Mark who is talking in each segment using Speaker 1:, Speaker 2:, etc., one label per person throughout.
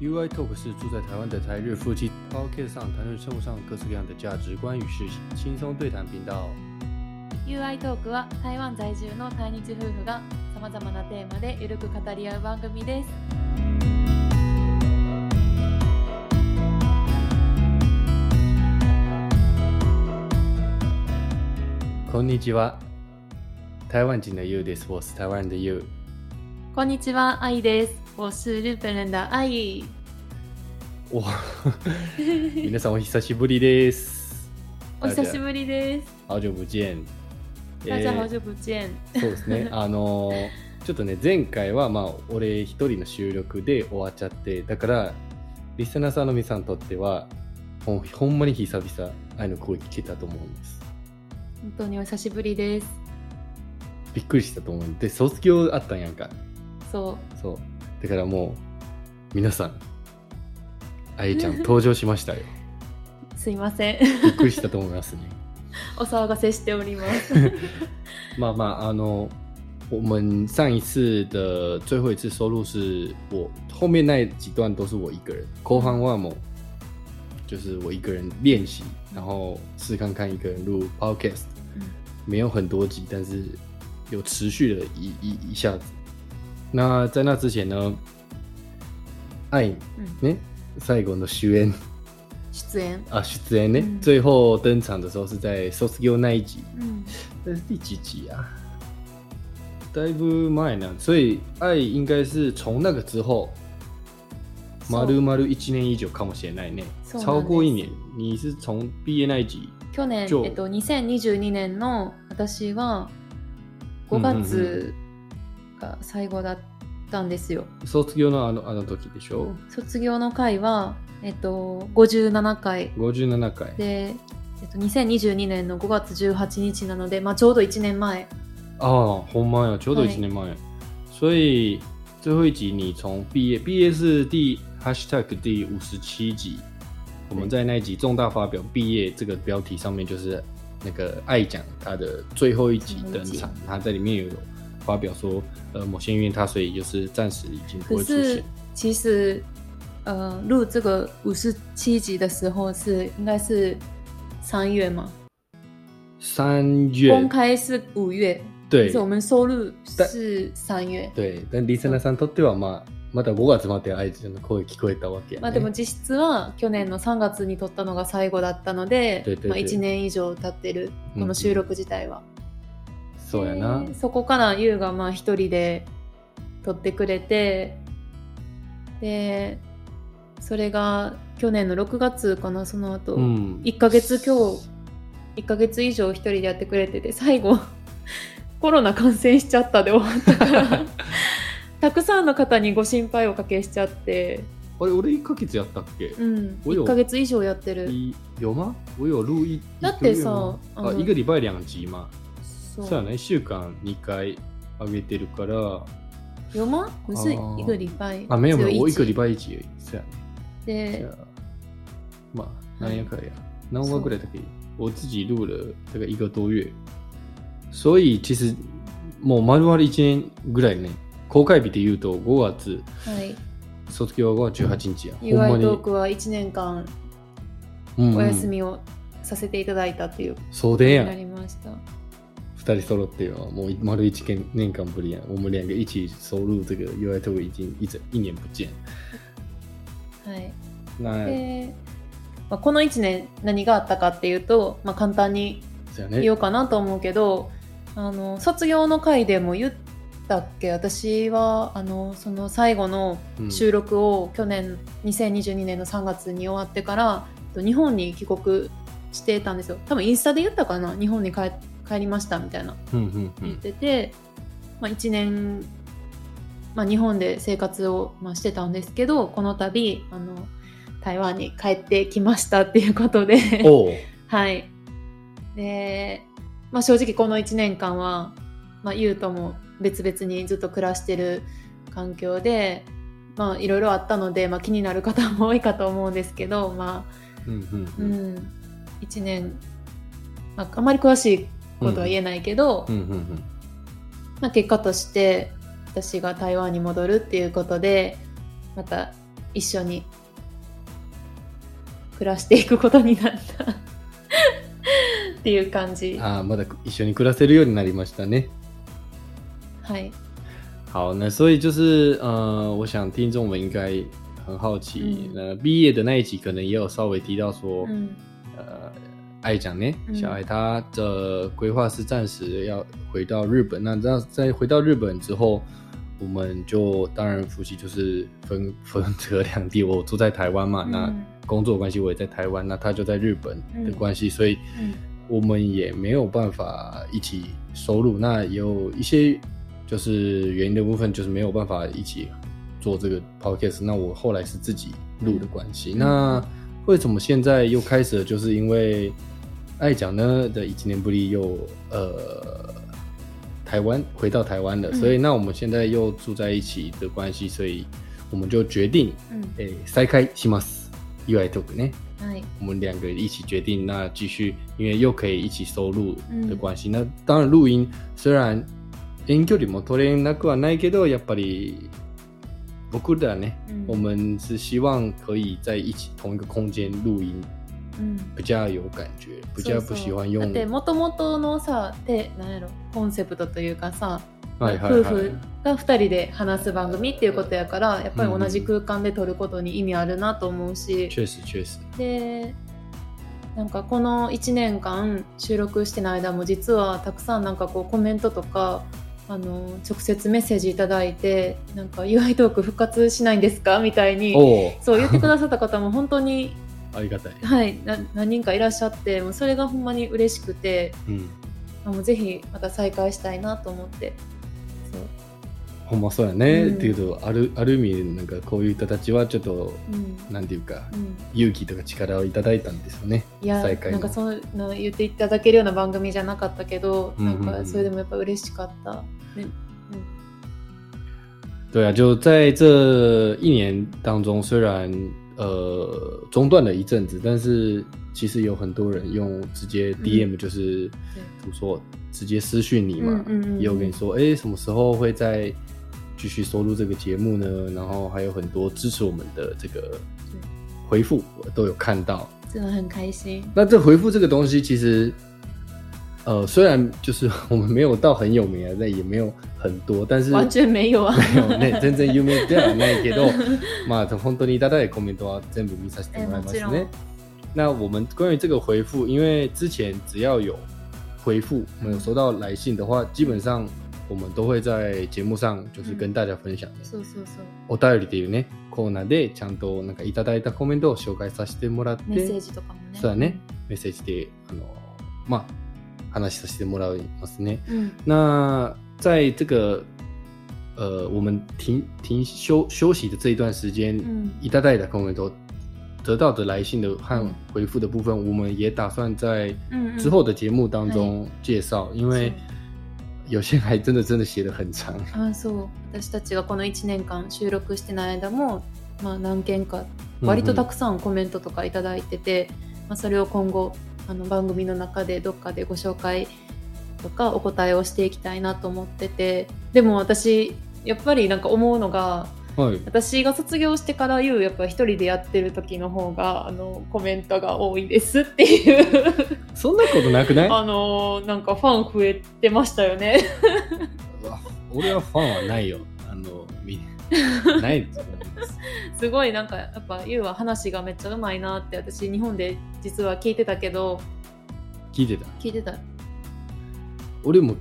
Speaker 1: UI Talk 是住在台湾的台日夫妻 Podcast 上谈论生活上各式各样的价值观与事情，轻松对谈频道。
Speaker 2: UI トークは台湾在住の対日夫婦がさまざまなテーマでゆるく語り合う番組です。
Speaker 1: こんにちは，台湾人的 You です，我是台湾人的 You。
Speaker 2: こんにちは、愛です。我是日本人的 愛。
Speaker 1: 哇，皆さんお久しぶりです。
Speaker 2: お久しぶりです。
Speaker 1: 好久不见。
Speaker 2: 大家好
Speaker 1: えー
Speaker 2: 久不见。
Speaker 1: そうです ね。あのーちょっとね前回はまあ俺一人の収録で終わっちゃってだからリスナーさんの皆さんにとってはほんほんまに久々愛の声聞けたと思うんです。
Speaker 2: 本当にお久しぶりです。
Speaker 1: びっくりしたと思うんで卒業あったんやんか
Speaker 2: そ
Speaker 1: そうだからもう皆さん愛ちゃん登場しましたよ
Speaker 2: う、すいません。
Speaker 1: びっくりしたと思いますね
Speaker 2: お騒がせしており ます。
Speaker 1: まあまああの啊我们上一次的最后一次收录是我后面那几段都是我一个人，后半はもう就是我一个人练习，然后试看看一个人录 podcast，
Speaker 2: 嗯
Speaker 1: 没有很多集，但是有持续的一一一下子。那在那之前呢，哎爱
Speaker 2: うん、
Speaker 1: ね最後の主演
Speaker 2: 出演。
Speaker 1: 啊主演呢、
Speaker 2: 嗯
Speaker 1: 最后登场的时候是在 s o s u 那一集，
Speaker 2: うん、
Speaker 1: 那是第几集啊？だいぶ前なん所以愛应该是从那个之后，
Speaker 2: そ
Speaker 1: ま
Speaker 2: う
Speaker 1: るまる一年以上かもしれないね。
Speaker 2: そうなんです
Speaker 1: 超过一年，你是从毕业那一集
Speaker 2: 去年、
Speaker 1: 今日
Speaker 2: えっと、2022年の私は5月が最後だったんですよ。
Speaker 1: 卒業のあのあの時でしょ。
Speaker 2: 卒業の回は、えっと、57回
Speaker 1: 五十七回。
Speaker 2: で、えっと、2022年の5月18日なので、まあ、ちょうど1年前
Speaker 1: ああ，ほんまや、ちょうど一年前。所以最后一集你从毕业，毕业是第 hashtag 第五十七集，我们在那一集重大发表毕业这个标题上面就是那个艾讲他的最后一集登
Speaker 2: 最后
Speaker 1: 场
Speaker 2: 一集，
Speaker 1: 他在里面有发表说，呃，某些因为他所以就是暂时已经不
Speaker 2: 可
Speaker 1: 会出
Speaker 2: 是
Speaker 1: 现。
Speaker 2: 其实呃录这个五十七集的时候是应该是三月嘛，
Speaker 1: 三
Speaker 2: 公
Speaker 1: 月
Speaker 2: 开是五月，可
Speaker 1: 对
Speaker 2: 是我们收录
Speaker 1: 但
Speaker 2: 是三月。
Speaker 1: 对，但リスナーさんにとってはまあまだ5月まで愛ちゃんの声聞こえたわけや、ね。
Speaker 2: まあでも実質は去年の3月に撮ったのが最後だったので
Speaker 1: 对对对
Speaker 2: まあ、1年以上経ってるこの収録自体は、
Speaker 1: そうやな。
Speaker 2: でそこから優がまあ一人で撮ってくれてでそれが去年の6月かなその後、
Speaker 1: うん。
Speaker 2: 1ヶ月今日1ヶ月以上一人でやってくれてて最後 コロナ感染しちゃったで終わったから たくさんの方にご心配おかけしちゃって
Speaker 1: あれ俺1ヶ月やったっけ？
Speaker 2: うん
Speaker 1: およ
Speaker 2: 1ヶ月以上やってる
Speaker 1: 一有吗？我有录一。
Speaker 2: だってさ
Speaker 1: 一个月吗
Speaker 2: あの
Speaker 1: あ、一个礼拜两集嘛。
Speaker 2: そ
Speaker 1: そうやね、一週間二回上げてるから。
Speaker 2: 有吗？不是
Speaker 1: あー
Speaker 2: 一个礼拜，
Speaker 1: あ、没有
Speaker 2: 只
Speaker 1: 没有，我一
Speaker 2: 集
Speaker 1: 个礼拜一集而已。そうやね。じ
Speaker 2: で
Speaker 1: ゃあまあ、なんやかんや。何话ぐらいだっけ？我自己录了大概一个多月，所以其实もう丸々一年ぐらいね。公開日で言うと5月、
Speaker 2: はい。
Speaker 1: 卒業は18日や。ほんま
Speaker 2: UI
Speaker 1: に
Speaker 2: トークは1年間
Speaker 1: うんうん
Speaker 2: お休みをさせていただいたっていうこ
Speaker 1: そう
Speaker 2: と
Speaker 1: で
Speaker 2: に
Speaker 1: や。
Speaker 2: なんりました。
Speaker 1: 二人揃ってはもう丸一年間不一样，我们两个一起收入这个 UI Talk 已经一整一年不见。
Speaker 2: はい。
Speaker 1: 那
Speaker 2: で、まあ、この1年何があったかっていうと、まあ、簡単に
Speaker 1: 这样
Speaker 2: 言お
Speaker 1: ね
Speaker 2: うかなと思うけど、あの卒業の回でも言ったっけ私はあのその最後の
Speaker 1: うん
Speaker 2: 収録を去年2022年の3月に終わってからえっと日本に帰国してたんですよ多分インスタで言ったかな日本に帰帰りましたみたいな
Speaker 1: うんうんう
Speaker 2: 言っ
Speaker 1: ん
Speaker 2: てて、まあ、1年、まあ、日本で生活を、まあ、してたんですけどこの度あの台湾に帰ってきましたっていうことで
Speaker 1: おう
Speaker 2: はい。で、まあ、正直この1年間は、まあ、ゆうとも別々にずっと暮らしてる環境で、まあ、いろいろあったので、まあ、気になる方も多いかと思うんですけど、まあ、
Speaker 1: うん
Speaker 2: う
Speaker 1: うん
Speaker 2: ん、1年、まあ、あまり詳しいことは言えないけど、
Speaker 1: うんうんうん
Speaker 2: まあ、結果として私が台湾に戻るっていうことで、また一緒に暮らしていくことになった っていう感じ。
Speaker 1: ああ、まだ一緒に暮らせるようになりましたね。
Speaker 2: はい。
Speaker 1: 好，那所以就是呃，我想听众们应该很好奇，
Speaker 2: 嗯
Speaker 1: 呃，毕业的那一集可能也有稍微提到说，
Speaker 2: うん。
Speaker 1: 呃，爱讲呢，
Speaker 2: 嗯
Speaker 1: 小爱他的规划是暂时要回到日本。那这样在回到日本之后，我们就当然夫妻就是分 分隔两地。我住在台湾嘛，那
Speaker 2: 嗯
Speaker 1: 工作关系我也在台湾，那他就在日本的
Speaker 2: 嗯
Speaker 1: 关系，所以
Speaker 2: 嗯
Speaker 1: 我们也没有办法一起收录。那也有一些就是原因的部分，就是没有办法一起做这个 podcast。那我后来是自己录的关系。
Speaker 2: 嗯
Speaker 1: 那为什么现在又开始了？就是因为爱讲呢的一年不利又呃台湾回到台湾了，
Speaker 2: 嗯
Speaker 1: 所以那我们现在又住在一起的关系，所以我们就决定
Speaker 2: うん。
Speaker 1: 诶、再开します。意外 talk 呢？
Speaker 2: はい。
Speaker 1: 我们两个一起决定，那继续，因为又可以一起收录的关系。那当然，录音虽然遠距離も取れなくはないけど、やっぱり僕らね、
Speaker 2: うん
Speaker 1: 我们是希望可以在一起同一个空间录音，
Speaker 2: うん。
Speaker 1: 比较有感觉，比
Speaker 2: そ
Speaker 1: 较
Speaker 2: う
Speaker 1: 不
Speaker 2: そう
Speaker 1: 喜欢
Speaker 2: だっ
Speaker 1: 用。
Speaker 2: てもともとのさてなんやろコンセプトというかさ、
Speaker 1: はいはい
Speaker 2: 夫
Speaker 1: はい
Speaker 2: 婦が2人で話す番組っていうことやからやっぱり同じ空間で撮ることに意味あるなと思うし、
Speaker 1: 确实确实，
Speaker 2: でなんかこの1年間収録してない間も実はたくさんなんかこうコメントとかあの直接メッセージいただいて「なんか UI トーク復活しないんですか?」みたいに
Speaker 1: 哦，
Speaker 2: そう言ってくださった方も本当に、
Speaker 1: ありがたい。
Speaker 2: はい、な何人かいらっしゃってもうそれがほんまに嬉しくて
Speaker 1: うん、
Speaker 2: あもうぜひまた再開したいなと思ってそう、
Speaker 1: ほんまそうやね。
Speaker 2: うん
Speaker 1: っていうとあるある意味なんかこういう人たちはちょっと
Speaker 2: うん
Speaker 1: なんていうか
Speaker 2: うん、
Speaker 1: 勇気とか力をいただいたんですよね。
Speaker 2: いや
Speaker 1: 再開
Speaker 2: な
Speaker 1: の
Speaker 2: んかそんな言っていただけるような番組じゃなかったけど、
Speaker 1: うんうんうん
Speaker 2: なんかそれでもやっぱ嬉しかった。ね
Speaker 1: 对啊，就在这一年当中，虽然呃中断了一阵子，但是其实有很多人用直接 DM，、就是怎么说，直接私讯你嘛，
Speaker 2: 嗯嗯嗯嗯
Speaker 1: 也有跟你说，哎、什么时候会再继续收录这个节目呢？然后还有很多支持我们的这个回复，我都有看到。
Speaker 2: 真的很开心。
Speaker 1: 那这回复这个东西，其实，呃，虽然就是我们没有到很有名啊，但也没有很多，但是
Speaker 2: 完全没有あ。
Speaker 1: でもね、全然有名ではないけ ど、 まあ、本当にいただいたコメントは全部見させてもらいます
Speaker 2: えもちろ
Speaker 1: ね
Speaker 2: ん。
Speaker 1: 那我们关于这个回复，因为之前只要有回复，我们有收到来信的话，基本上我们都会在节目上就是跟大家分享。
Speaker 2: そうそうそう。
Speaker 1: お便りっていうね、コーナーでちゃんとなんかいただいたコメントを紹介させてもらって、
Speaker 2: メッセージとかもね。
Speaker 1: そうだね。メッセージで、あの、まあ、話させてもらいますね。
Speaker 2: うん。
Speaker 1: 那在这个呃，我们停停休休息的这一段时间，
Speaker 2: うん。
Speaker 1: 一大袋的空文都得到的来信的和
Speaker 2: 嗯
Speaker 1: 回复的部分，我们也打算在
Speaker 2: うんうん
Speaker 1: 之后的节目当中介绍，因为有些还真的真的写的很长。
Speaker 2: あそう。私たちがこの1年間収録してない間も、まあ何件か、
Speaker 1: 嗯
Speaker 2: 割とた
Speaker 1: 嗯
Speaker 2: くさんコメントとかいただいてて、まあそれを今後、あの番組の中でどっかでご紹介とかお答えをしていきたいなと思ってて、でも私、やっぱりなんか思うのが、
Speaker 1: はい
Speaker 2: 私が卒業してから言うやっぱ一人でやってる時の方があのコメントが多いですっていう
Speaker 1: そんなことなくない？
Speaker 2: あのなんかファン増えてましたよね
Speaker 1: 俺はファンはないよ。あの みないと思います。
Speaker 2: すごいなんかやっぱゆうは話がめっちゃうまいなって私日本で実は聞いてたけど
Speaker 1: 聞いてた。
Speaker 2: 聞いてた
Speaker 1: 俺も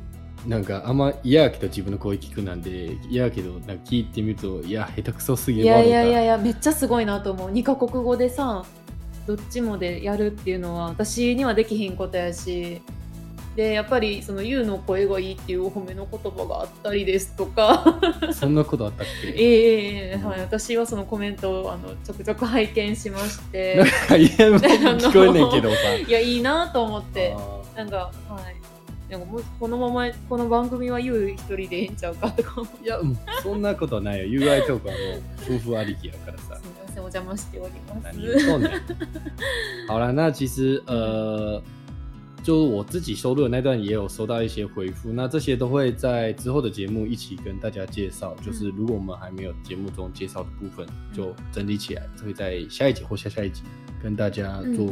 Speaker 1: なんかあんま嫌やけど自分の声聞くなんで嫌やけどなんか聞いてみるといや下手くそすぎ
Speaker 2: い
Speaker 1: る
Speaker 2: やいやいやいやめっちゃすごいなと思う2カ国語でさどっちもでやるっていうのは私にはできひんことやしでやっぱりそのゆうの声がいいっていうお褒めの言葉があったりですとか
Speaker 1: そんなことあったっけ
Speaker 2: ええええ
Speaker 1: うん
Speaker 2: はい、私はそのコメントをあのちょくちょく拝見しまし
Speaker 1: な
Speaker 2: て
Speaker 1: んか嫌な聞こえねんけどさ
Speaker 2: いやいいなと思って
Speaker 1: あ
Speaker 2: なんかはいなんかもうこのままこの番組はゆう一人でええんちゃうかとか思って
Speaker 1: ーいやうんそんなことはないよ UI トークはもう夫婦ありきやからさ
Speaker 2: すみませんお邪魔しております
Speaker 1: 何言うとんねん好了那其实呃就我自己收录的那段也有收到一些回复，那这些都会在之后的节目一起跟大家介绍。就是如果我们还没有节目中介绍的部分，就整理起来，会在下一集或下下一集跟大家做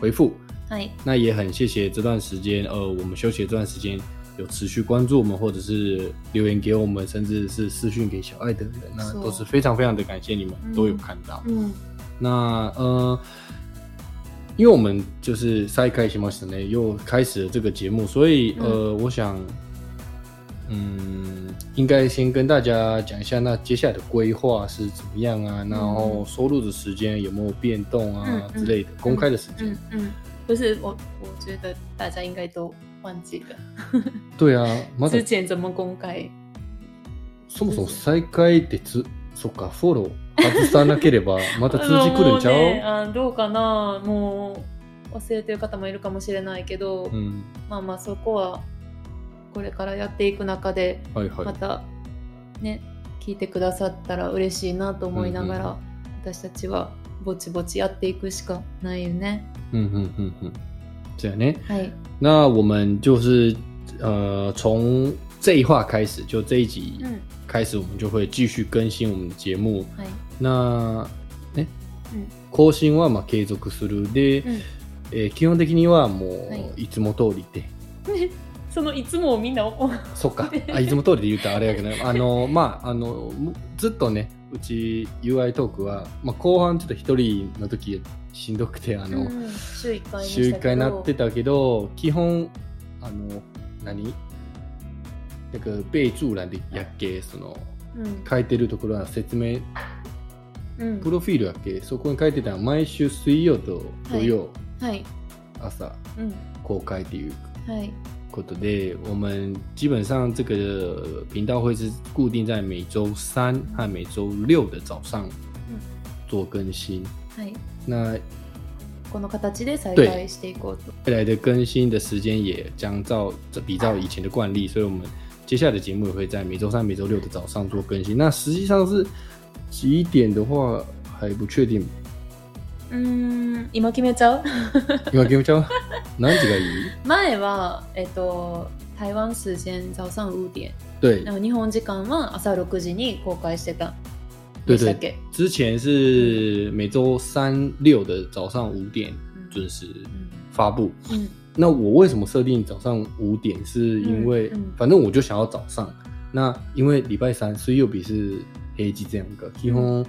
Speaker 1: 回复。
Speaker 2: はい。
Speaker 1: 那也很谢谢这段时间，呃，我们休息的这段时间有持续关注我们，或者是留言给我们，甚至是私讯给小爱的人，那
Speaker 2: そう
Speaker 1: 都是非常非常的感谢你们
Speaker 2: 嗯
Speaker 1: 都有看到。
Speaker 2: うん。
Speaker 1: 那呃，因为我们就是再开しましたね，又开始了这个节目，所以
Speaker 2: 嗯
Speaker 1: 呃，我想，嗯，应该先跟大家讲一下，那接下来的规划是怎么样啊？然后收入的时间有没有变动啊
Speaker 2: 嗯
Speaker 1: 之类的？公开的时
Speaker 2: う
Speaker 1: 间
Speaker 2: ん。うん。不是我，我觉得大家应该都忘记了。
Speaker 1: 对啊，ま
Speaker 2: 之
Speaker 1: だ
Speaker 2: 前怎么公開？
Speaker 1: そもそも再開ってつ、そっか、フォロー外さなければ、また通知来るんち
Speaker 2: あ
Speaker 1: ゃう
Speaker 2: のもうねあどうかな。もう忘れてる方もいるかもしれないけど、
Speaker 1: うん、
Speaker 2: まあまあそこはこれからやっていく中で
Speaker 1: はいはい
Speaker 2: ま。たね聞いてくださったら嬉しいなと思いながら、
Speaker 1: うんう
Speaker 2: 私たちはぼちぼちやっていくしかないよね。
Speaker 1: うんうんうんうん。这样ね。
Speaker 2: はい。
Speaker 1: 那我们就是呃，从这一话开始，就这一集
Speaker 2: うん。
Speaker 1: 开始，我们就会继续更新我们的节目。
Speaker 2: はい。
Speaker 1: 那ね、
Speaker 2: うん
Speaker 1: 更新はまあ継続するで、
Speaker 2: うん
Speaker 1: えー基本的にはも
Speaker 2: は
Speaker 1: う
Speaker 2: い
Speaker 1: いつも通りで、
Speaker 2: そのいつもをみんなお
Speaker 1: そっかあいつも通りで言うとあれやけど、あのまああのむずっとねうち UI トークは、まあ、後半ちょっと一人の時しんどくてあの、
Speaker 2: うん週1回に
Speaker 1: 週
Speaker 2: した
Speaker 1: 1
Speaker 2: け
Speaker 1: 回な
Speaker 2: ど
Speaker 1: ってたけど基本あの何なんか備注欄でやっけその
Speaker 2: うん
Speaker 1: 書いてるところは説明
Speaker 2: うん
Speaker 1: プロフィールやっけそこに書いてたのは毎週水曜と土曜、
Speaker 2: はい
Speaker 1: 朝
Speaker 2: うん
Speaker 1: 公開っていう
Speaker 2: はい
Speaker 1: ことで我们基本上这个频道会是固定在每周三和每周六的早上做更新。
Speaker 2: はい
Speaker 1: 那
Speaker 2: この形で再開していこうと。
Speaker 1: 未来的更新的时间也将照这比照以前的惯例，所以我们接下来的节目也会在每周三、每周六的早上做更新。那实际上是几点的话还不确定。
Speaker 2: うーん今決めちゃう
Speaker 1: 因为给我讲，何几个亿？
Speaker 2: 前は、えっと、台湾数前早上5点
Speaker 1: 对
Speaker 2: なんか日本時間は朝6時に公開してた
Speaker 1: 对
Speaker 2: でしたっ
Speaker 1: 对，
Speaker 2: け
Speaker 1: 之前是每周三六的早上五点
Speaker 2: うん
Speaker 1: 准时
Speaker 2: う
Speaker 1: 发布。
Speaker 2: んうん
Speaker 1: 那我为什么设定早上五点？是因为、
Speaker 2: 嗯嗯
Speaker 1: 反正我就想要早上。那因为礼拜三水曜日是平日这样が基本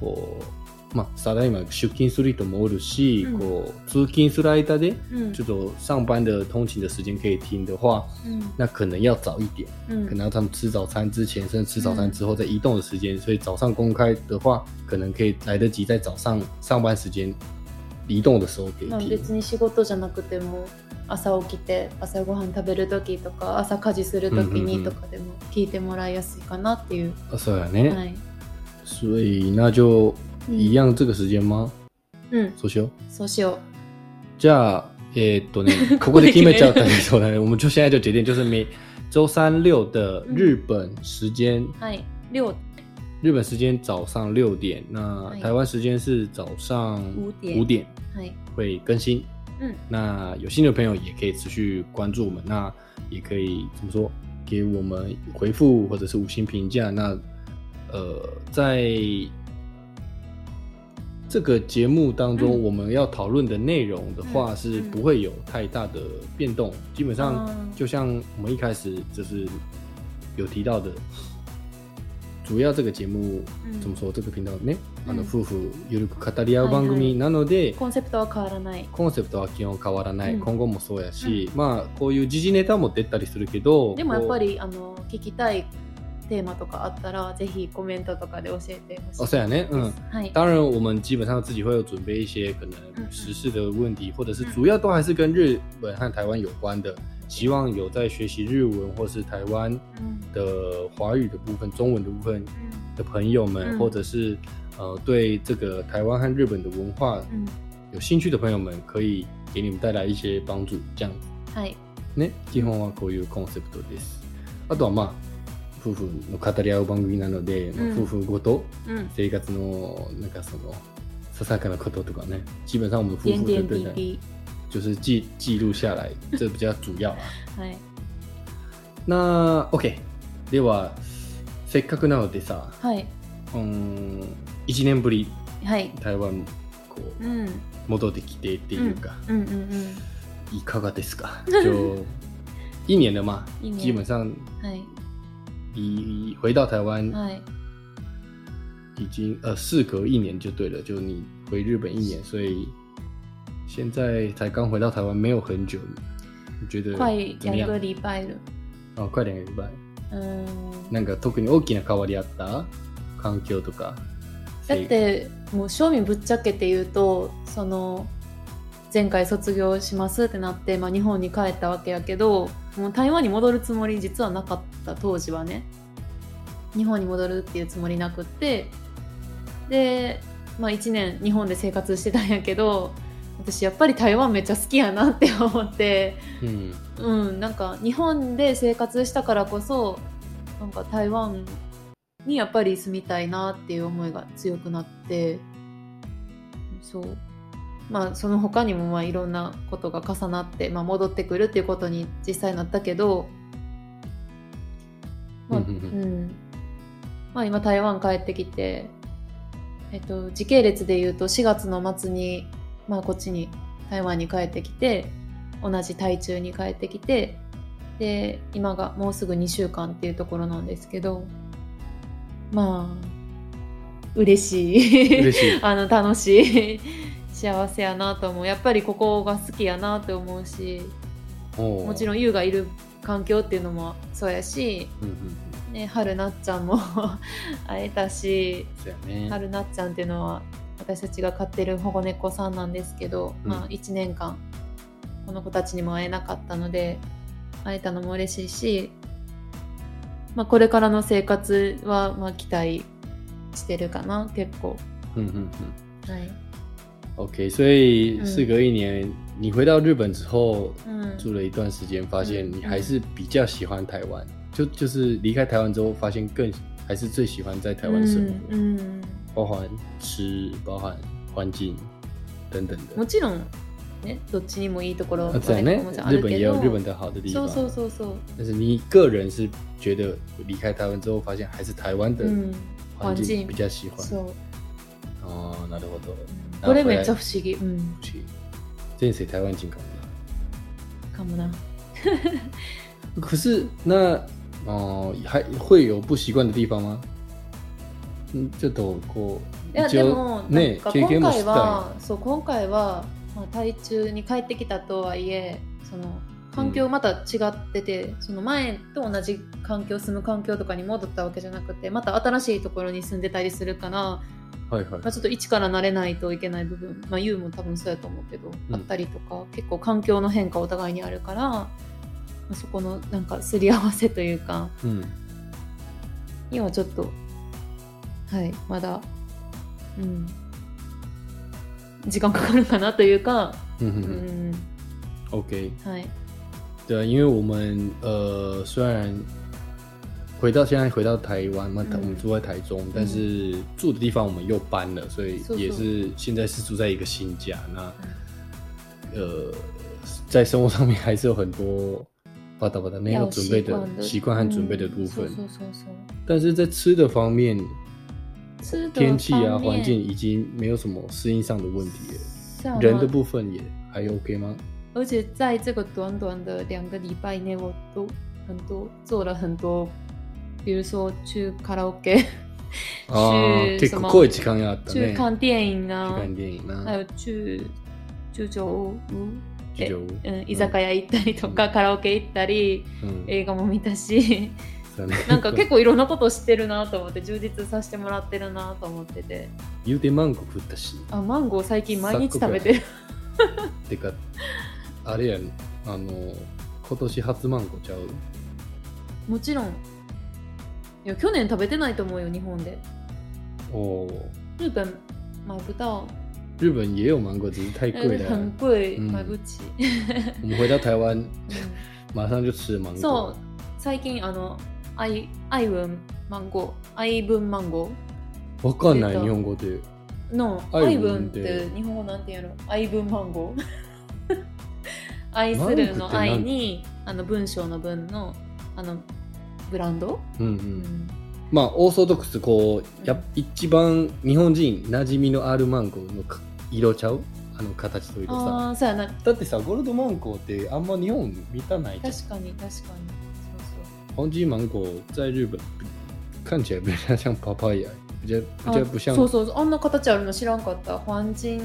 Speaker 1: こうまあただいま出勤する人もおるし、
Speaker 2: 嗯
Speaker 1: こう通勤する間で
Speaker 2: うん
Speaker 1: 这种上班的通勤的时间可以听的话，
Speaker 2: うん
Speaker 1: 那可能要早一点，
Speaker 2: うん
Speaker 1: 可能要他们吃早餐之前，甚至吃早餐之后再移动的时间，
Speaker 2: 嗯
Speaker 1: 所以早上公开的话，可能可以来得及在早上上班时间移动的时候给
Speaker 2: まあ、
Speaker 1: 听。
Speaker 2: 別に仕事じゃなくても朝起きて朝ごはん食べる時とか朝家事する時
Speaker 1: うんう
Speaker 2: に
Speaker 1: んうん
Speaker 2: とかでも聞いてもらいやすいかなっていう、
Speaker 1: 啊，そうやね。
Speaker 2: はい、
Speaker 1: 所以那就一样这个时間吗？
Speaker 2: うん
Speaker 1: そう しよう。
Speaker 2: そうしよ
Speaker 1: じゃあ、えーっとね、ここで決めちゃったね。そうだね。我们就现在就决定，就是每周三六的日本时间，
Speaker 2: うはい量
Speaker 1: 日本时间早上六点，那
Speaker 2: 哎
Speaker 1: 台湾时间是早上
Speaker 2: 五点
Speaker 1: 五点
Speaker 2: はい
Speaker 1: 会更新。
Speaker 2: 嗯，
Speaker 1: 那有新的朋友也可以持续关注我们，那也可以怎么说，给我们回复或者是五星评价。那呃，在这个节目当中，
Speaker 2: 嗯
Speaker 1: 我们要讨论的内容的话，是不会有太大的变动。基本上，
Speaker 2: あー
Speaker 1: 就像我们一开始就是有提到的，主要这个节目
Speaker 2: 嗯
Speaker 1: 怎么说，这个频道呢，あの
Speaker 2: 嗯
Speaker 1: 夫婦ゆるく語り合う番組なので。
Speaker 2: コンセプトは変わらない
Speaker 1: コンセプトは基本変わらない、
Speaker 2: うん
Speaker 1: 今後もそうやし、まあこういう時事ネタも出たりするけど
Speaker 2: で
Speaker 1: こ
Speaker 2: もや
Speaker 1: う
Speaker 2: っぱりあの聞きたいテーマとかあったらぜひコメントとかで教えてほしい
Speaker 1: あそうやねうん
Speaker 2: はい
Speaker 1: 当然我们基本上自己会有准备一些可
Speaker 2: 嗯
Speaker 1: 能
Speaker 2: 嗯
Speaker 1: 时事的问题，或者是主要都还是跟日本和台湾有关的，希望有在学习日文或是台湾
Speaker 2: うんうん
Speaker 1: 的华语的部分、中文的部分的朋友们，
Speaker 2: 嗯
Speaker 1: 或者是呃对这个台湾和日本的文化
Speaker 2: うん
Speaker 1: 有兴趣的朋友们，可以给你们带来一些帮助，这样子。
Speaker 2: はい
Speaker 1: ね、基本はこういうコンセプトです。あとはまあ夫婦の語り合う番組なので、まあ
Speaker 2: うん
Speaker 1: 夫婦ごと
Speaker 2: うん
Speaker 1: 生活のなんかそのささやかなこととかね、基本上我们夫
Speaker 2: 点
Speaker 1: 婦で
Speaker 2: 点
Speaker 1: 对待
Speaker 2: 滴滴
Speaker 1: 就是记记录下来，这比较主要啊。
Speaker 2: はい
Speaker 1: 那 OK ではせっかくなのでさ、
Speaker 2: はい
Speaker 1: うん、1年ぶり
Speaker 2: はい
Speaker 1: 台湾こう
Speaker 2: うんうん
Speaker 1: 戻ってきてっていうか、
Speaker 2: うんうん
Speaker 1: いかがですか？ 就一年了嘛
Speaker 2: 一，年
Speaker 1: 基本上
Speaker 2: はい
Speaker 1: 离回到台湾
Speaker 2: はい
Speaker 1: 已经呃事隔一年就对了，就你回日本一年，所以现在才刚回到台湾没有很久，你觉得
Speaker 2: 快
Speaker 1: 怎么样？
Speaker 2: 两个礼拜了
Speaker 1: 哦，快两个礼拜。
Speaker 2: うん
Speaker 1: なんか特に大きな変わりあった環境とか。
Speaker 2: だってもう正味ぶっちゃけて言うとその前回卒業しますってなって、まあ、日本に帰ったわけやけどもう台湾に戻るつもり実はなかった当時はね日本に戻るっていうつもりなくってで、まあ、1年日本で生活してたんやけど私やっぱり台湾めっちゃ好きやなって思って。
Speaker 1: うん。
Speaker 2: うん、なんか日本で生活したからこそなんか台湾にやっぱり住みたいなっていう思いが強くなってそうまあその他にもまあいろんなことが重なって、まあ、戻ってくるっていうことに実際なったけど、まあ
Speaker 1: う
Speaker 2: うん
Speaker 1: うんうん
Speaker 2: まあ、今台湾帰ってきて、えっと、時系列で言うと4月の末に、まあ、こっちに台湾に帰ってきて同じ台中に帰ってきてで今がもうすぐ2週間っていうところなんですけどまあ嬉しい
Speaker 1: 嬉しい。
Speaker 2: あの楽しい 幸せやなと思うやっぱりここが好きやなって思うしも
Speaker 1: も
Speaker 2: ち
Speaker 1: ん。
Speaker 2: ろん優がいる環境っていうのもそうやし、
Speaker 1: うんうん。
Speaker 2: ね、春なっちゃんも 会えたし
Speaker 1: そうやね。
Speaker 2: 春なっちゃんっていうのは私たちが飼ってる保護猫さんなんですけど、
Speaker 1: うん
Speaker 2: まあ1年間この子たちにも会えなかったので会えたのも嬉しいし、まあ、これからの生活はまあ期待してるかな結構。
Speaker 1: うんうんうん。
Speaker 2: はい、
Speaker 1: OK，所以
Speaker 2: 嗯
Speaker 1: 事隔一年，你回到日本之后
Speaker 2: うん
Speaker 1: 住了一段时间，发现
Speaker 2: 嗯
Speaker 1: 你还是比较喜欢台湾。就就是离开台湾之后，发现更还是最喜欢在台湾生活，
Speaker 2: うんうん
Speaker 1: 包含吃，包含环境等等的
Speaker 2: も。ちろんねどっちにもいいところ
Speaker 1: 啊，在呢
Speaker 2: 悪いところもちろんあ
Speaker 1: 日
Speaker 2: る
Speaker 1: 本也
Speaker 2: け
Speaker 1: 有
Speaker 2: ど
Speaker 1: 日本的好的地
Speaker 2: そ
Speaker 1: 方。
Speaker 2: うそうそうそう、
Speaker 1: 但是你个人是觉得离开台湾之后，发现还是台湾的
Speaker 2: うん、
Speaker 1: 嗯环
Speaker 2: 环境
Speaker 1: 境比较喜欢。
Speaker 2: そう
Speaker 1: 哦，なるほど。
Speaker 2: これめっちゃ不思議、うん、
Speaker 1: 去这是台湾进口的。
Speaker 2: かもな
Speaker 1: 可是那哦，还会有不习惯的地方吗？嗯，ちょっとこ
Speaker 2: いうや
Speaker 1: 一
Speaker 2: で
Speaker 1: 応
Speaker 2: もなん
Speaker 1: ね
Speaker 2: か
Speaker 1: 経験
Speaker 2: 今
Speaker 1: もし
Speaker 2: 回
Speaker 1: た
Speaker 2: はそう今回は、まあ、台中に帰ってきたとはいえその環境また違ってて、その前と同じ環境住む環境とかに戻ったわけじゃなくてまた新しいところに住んでたりするから、ま
Speaker 1: い。はいはい
Speaker 2: あ、。ちょっと一から慣れないといけない部分まあ YOU も多分そうやと思うけど、
Speaker 1: うん
Speaker 2: あったりとか結構環境の変化お互いにあるから、まあ、そこのなんかすり合わせというか
Speaker 1: 嗯，
Speaker 2: にはちょっとはいまだうん時間かかるかなというか
Speaker 1: 嗯哼
Speaker 2: う
Speaker 1: 哼
Speaker 2: ん、
Speaker 1: ，OK。
Speaker 2: はい
Speaker 1: 对，啊因为我们呃虽然回到现在回到台湾嘛，
Speaker 2: 嗯
Speaker 1: 我们住在台中，但是住的地方我们又搬了，所以
Speaker 2: 是是
Speaker 1: 也是现在是住在一个新家。那
Speaker 2: 嗯
Speaker 1: 呃，在生活上面还是有很多巴达巴达没有准备的习惯和准备的
Speaker 2: 嗯
Speaker 1: 部分，
Speaker 2: うんそうそうそう
Speaker 1: 但是在吃的方面，
Speaker 2: そう
Speaker 1: 天气啊环境已经没有什么适应上的问题了。
Speaker 2: 嗯
Speaker 1: 人的部分也还 OK 吗？
Speaker 2: 而且在这个短短的两个礼拜内，我都很多做了很多，比如说去卡拉 OK，去
Speaker 1: 这
Speaker 2: 什
Speaker 1: 个
Speaker 2: 么
Speaker 1: 啊过期康亚的
Speaker 2: 去看电影啊，
Speaker 1: 去看电影啊，
Speaker 2: 还有去居酒屋、
Speaker 1: 居酒屋
Speaker 2: うん、居酒屋行ったりとか、カラオケ行ったり
Speaker 1: 嗯，
Speaker 2: 映画も見たし
Speaker 1: そうね
Speaker 2: なんか結構いろんなことしてるなと思って充実させてもらってるなと思ってて
Speaker 1: 言うてマンゴー食ったし、
Speaker 2: あマンゴー最近毎日食べてる
Speaker 1: てか、あれやね、あの、今年初マンゴーちゃう。
Speaker 2: もちろんいや去年食べてないと思うよ日本で
Speaker 1: おー
Speaker 2: 日本买不到，
Speaker 1: 日本也有芒果，只是太
Speaker 2: 但
Speaker 1: 贵
Speaker 2: 是
Speaker 1: 了。
Speaker 2: 很贵，
Speaker 1: 嗯
Speaker 2: 买不起。
Speaker 1: 我们回到台湾，
Speaker 2: 嗯
Speaker 1: 马上就吃了芒果。
Speaker 2: そう最近あの愛愛文マンゴー愛文マンゴ
Speaker 1: わかんない、
Speaker 2: 出た
Speaker 1: 日本語で。
Speaker 2: ーの
Speaker 1: 愛
Speaker 2: 愛
Speaker 1: 文
Speaker 2: 文
Speaker 1: っ
Speaker 2: っ てて日本語なんて言うの愛文マンゴー愛するの
Speaker 1: マ
Speaker 2: 愛
Speaker 1: ンクって
Speaker 2: にあの文章の文のあのブランド、
Speaker 1: うんう。
Speaker 2: うんん
Speaker 1: まあ、オーソドックス、こう、やっ一番日本人馴染みのあるマンゴーのか色ちゃうあの形と色さ。
Speaker 2: ああそうやな
Speaker 1: だってさ、ゴールドマンゴーってあんま日本見たないじゃん。
Speaker 2: 確かに確かにそうそう
Speaker 1: 黄金芒果在日本看起来比较像 papaya，比较比较
Speaker 2: あ
Speaker 1: 不像
Speaker 2: そうそうあんな形あるの知らんかったファンチン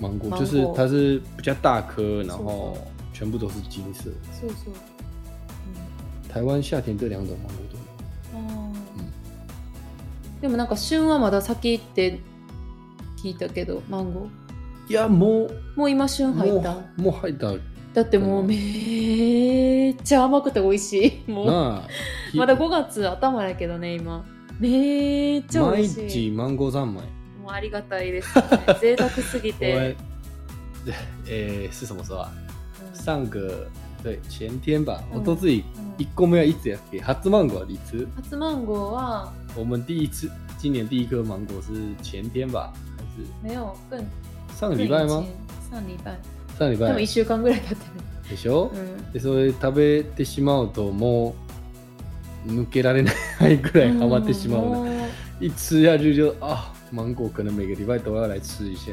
Speaker 1: 芒果，
Speaker 2: 芒果
Speaker 1: 就是它是比较大颗，然
Speaker 2: そ
Speaker 1: 后
Speaker 2: うそう
Speaker 1: 全部都是金色。
Speaker 2: そうそう、
Speaker 1: 台湾夏天这两种芒果都有。
Speaker 2: うんあーでもなんか旬はまだ先って聞いたけどマンゴー
Speaker 1: いやもう
Speaker 2: もう今旬入
Speaker 1: も
Speaker 2: った
Speaker 1: うもう入った
Speaker 2: だってもうめっちゃ甘くて美味しいもう
Speaker 1: なあ。
Speaker 2: まだ5月頭やけどね今めっちゃ美
Speaker 1: 毎
Speaker 2: 味しい
Speaker 1: 日マンゴー三枚。
Speaker 2: もうありがたいです、ね、贅沢す ぎて、
Speaker 1: 我えー是什么时候啊？
Speaker 2: うん
Speaker 1: 上个对前天吧，
Speaker 2: 嗯
Speaker 1: 我都自己
Speaker 2: うん
Speaker 1: 一共没有一直やって初マンゴー一次。
Speaker 2: 初マンゴーは
Speaker 1: 我们第一次今年第一颗芒果是前天吧，还是？
Speaker 2: 没有更
Speaker 1: 上个礼拜吗？
Speaker 2: 上礼拜
Speaker 1: 上礼
Speaker 2: でも1
Speaker 1: 拜
Speaker 2: 週間ぐらい経って
Speaker 1: でしょ、
Speaker 2: る、
Speaker 1: でそれ食べてしまうともう抜けられないぐらいハマってしまう
Speaker 2: も
Speaker 1: な、一吃下去就啊，芒果可能每个礼拜都要来吃一下。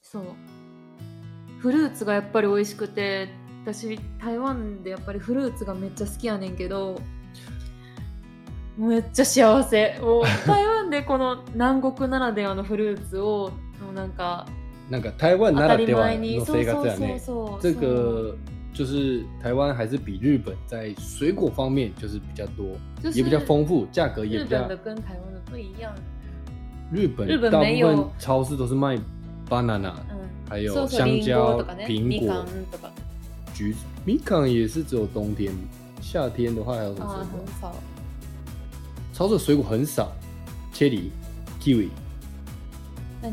Speaker 2: そうフルーツがやっぱり美味しくて私台湾でやっぱりフルーツがめっちゃ好きやねんけどめっちゃ幸せ もう台湾でこの南国ならではのフルーツをもうなんか
Speaker 1: なんか台湾
Speaker 2: 当
Speaker 1: な
Speaker 2: た
Speaker 1: らで
Speaker 2: り
Speaker 1: は
Speaker 2: 前に
Speaker 1: の
Speaker 2: そう
Speaker 1: 生
Speaker 2: そう
Speaker 1: 活や
Speaker 2: そう
Speaker 1: ね。
Speaker 2: そう
Speaker 1: 这个就是台湾还是比日本在水果方面就是比较多，
Speaker 2: 就是
Speaker 1: 也比较丰富，价格也
Speaker 2: 日
Speaker 1: 比
Speaker 2: 本
Speaker 1: 较
Speaker 2: 的。跟台湾的不一样、
Speaker 1: 日本
Speaker 2: 日本
Speaker 1: 大
Speaker 2: 没
Speaker 1: 部
Speaker 2: 有
Speaker 1: 分超市都是卖 banana，
Speaker 2: うん、
Speaker 1: 还有
Speaker 2: そうそう
Speaker 1: 香
Speaker 2: リンゴ
Speaker 1: 蕉
Speaker 2: とか、ね
Speaker 1: 苹
Speaker 2: みか
Speaker 1: 果
Speaker 2: ん、とか
Speaker 1: 橘子。米糠也是只有冬天，夏天的话还有什么
Speaker 2: あ
Speaker 1: 水果？
Speaker 2: あ
Speaker 1: 超市的水果很少，cherry、kiwi、
Speaker 2: 何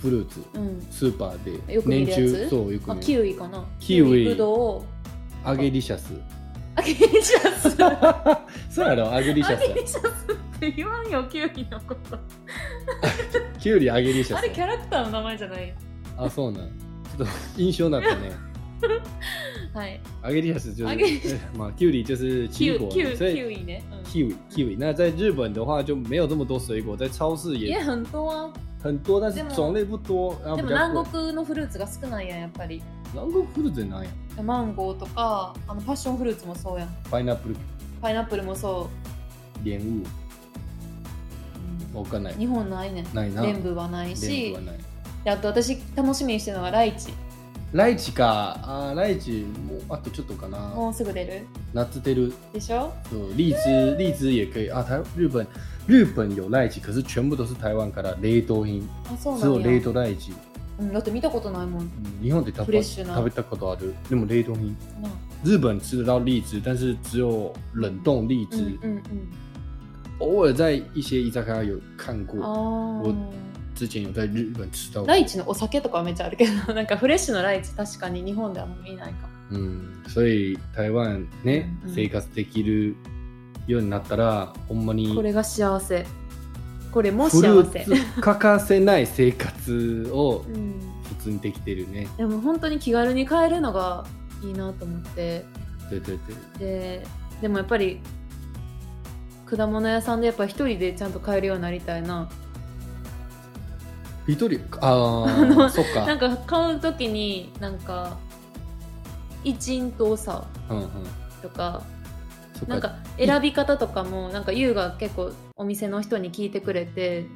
Speaker 1: fruit、
Speaker 2: うん
Speaker 1: スーパーで
Speaker 2: よく見るやつ
Speaker 1: そうよく
Speaker 2: あ
Speaker 1: 見
Speaker 2: キ
Speaker 1: る。
Speaker 2: ウイかな
Speaker 1: キウイ
Speaker 2: ぶどう
Speaker 1: アゲリシャス。
Speaker 2: アゲリシャス
Speaker 1: そうやろアゲリシャ
Speaker 2: ア
Speaker 1: ス。
Speaker 2: ゲリシャスって言わんよキウイのこと
Speaker 1: キュウリアゲリシャ
Speaker 2: あれキ
Speaker 1: ス。
Speaker 2: ャラクターの名前じゃないよ
Speaker 1: あ、そうなん。ちょっと印象だったね。
Speaker 2: はい
Speaker 1: アゲリシャス就
Speaker 2: アゲリシ
Speaker 1: 是，まあキュウリ就是
Speaker 2: キ
Speaker 1: 奇
Speaker 2: ウ
Speaker 1: 果
Speaker 2: キウ，
Speaker 1: 所
Speaker 2: キ
Speaker 1: 以
Speaker 2: ウイね、うん、
Speaker 1: kiwi kiwi。那在日本的话就没有这么多水果，在超市
Speaker 2: いや
Speaker 1: 也
Speaker 2: 本当は
Speaker 1: 很多，但是
Speaker 2: でも
Speaker 1: 种类不多。然后
Speaker 2: で
Speaker 1: 比较贵
Speaker 2: も南。国のフルーツが少ないやんやっぱり
Speaker 1: 南国フルーツなんや。
Speaker 2: マンゴーとかあのパッションフルーツもそうやん
Speaker 1: パイナップル、
Speaker 2: パイナップルもそ
Speaker 1: 蓮霧、
Speaker 2: う、
Speaker 1: わかんない。
Speaker 2: 日本ないねん
Speaker 1: ないな。
Speaker 2: 全部はない
Speaker 1: 全
Speaker 2: し
Speaker 1: 部はない。
Speaker 2: であと私楽しみにしてるのがライチ
Speaker 1: ライチか、あーライチもあとちょっとかな。
Speaker 2: もうすぐ出る
Speaker 1: ナッツテル、
Speaker 2: でしょ
Speaker 1: そう荔枝、荔枝也可以啊。台日本日本有ライチ，可是全部都是台湾から冷凍品。
Speaker 2: あそう
Speaker 1: 只有
Speaker 2: なん
Speaker 1: 冷
Speaker 2: や、
Speaker 1: 凍ライチ。
Speaker 2: うん、だって見たことないもん
Speaker 1: うん日本で食
Speaker 2: フレ
Speaker 1: べ
Speaker 2: ッシュな
Speaker 1: 食べたことある。でも冷凍品。
Speaker 2: な
Speaker 1: 日本吃得到荔枝，但是只有冷冻荔
Speaker 2: うん
Speaker 1: 枝。
Speaker 2: うんうん
Speaker 1: 偶尔在一些居酒屋有看过，
Speaker 2: あ
Speaker 1: 之前有在日本吃到
Speaker 2: あ
Speaker 1: 过。
Speaker 2: ライチのお酒とかはめっちゃあるけど なんかフレッシュのライチ確かに日本ではあんま見ないかも
Speaker 1: うん、所以台湾ね、
Speaker 2: うんうん
Speaker 1: 生活できるようになったらほんまに
Speaker 2: こ
Speaker 1: フル
Speaker 2: れが幸せこれも幸
Speaker 1: ー
Speaker 2: せ、
Speaker 1: ツ欠かせない生活を
Speaker 2: うん、
Speaker 1: 普通にできてるね。
Speaker 2: でも本当に気軽に買えるのがいいなと思って
Speaker 1: 对对
Speaker 2: ででもやっぱり果物屋さんでやっぱ一人でちゃんと買えるようになりたいな
Speaker 1: 对。一人あ あ、そっ
Speaker 2: な
Speaker 1: か
Speaker 2: ん。か買う時になんか一輪とさ
Speaker 1: うんうん。
Speaker 2: とか
Speaker 1: そ
Speaker 2: な
Speaker 1: っ
Speaker 2: ん
Speaker 1: か。
Speaker 2: か選び方とかもなんか優が結構お店の人に聞いてくれて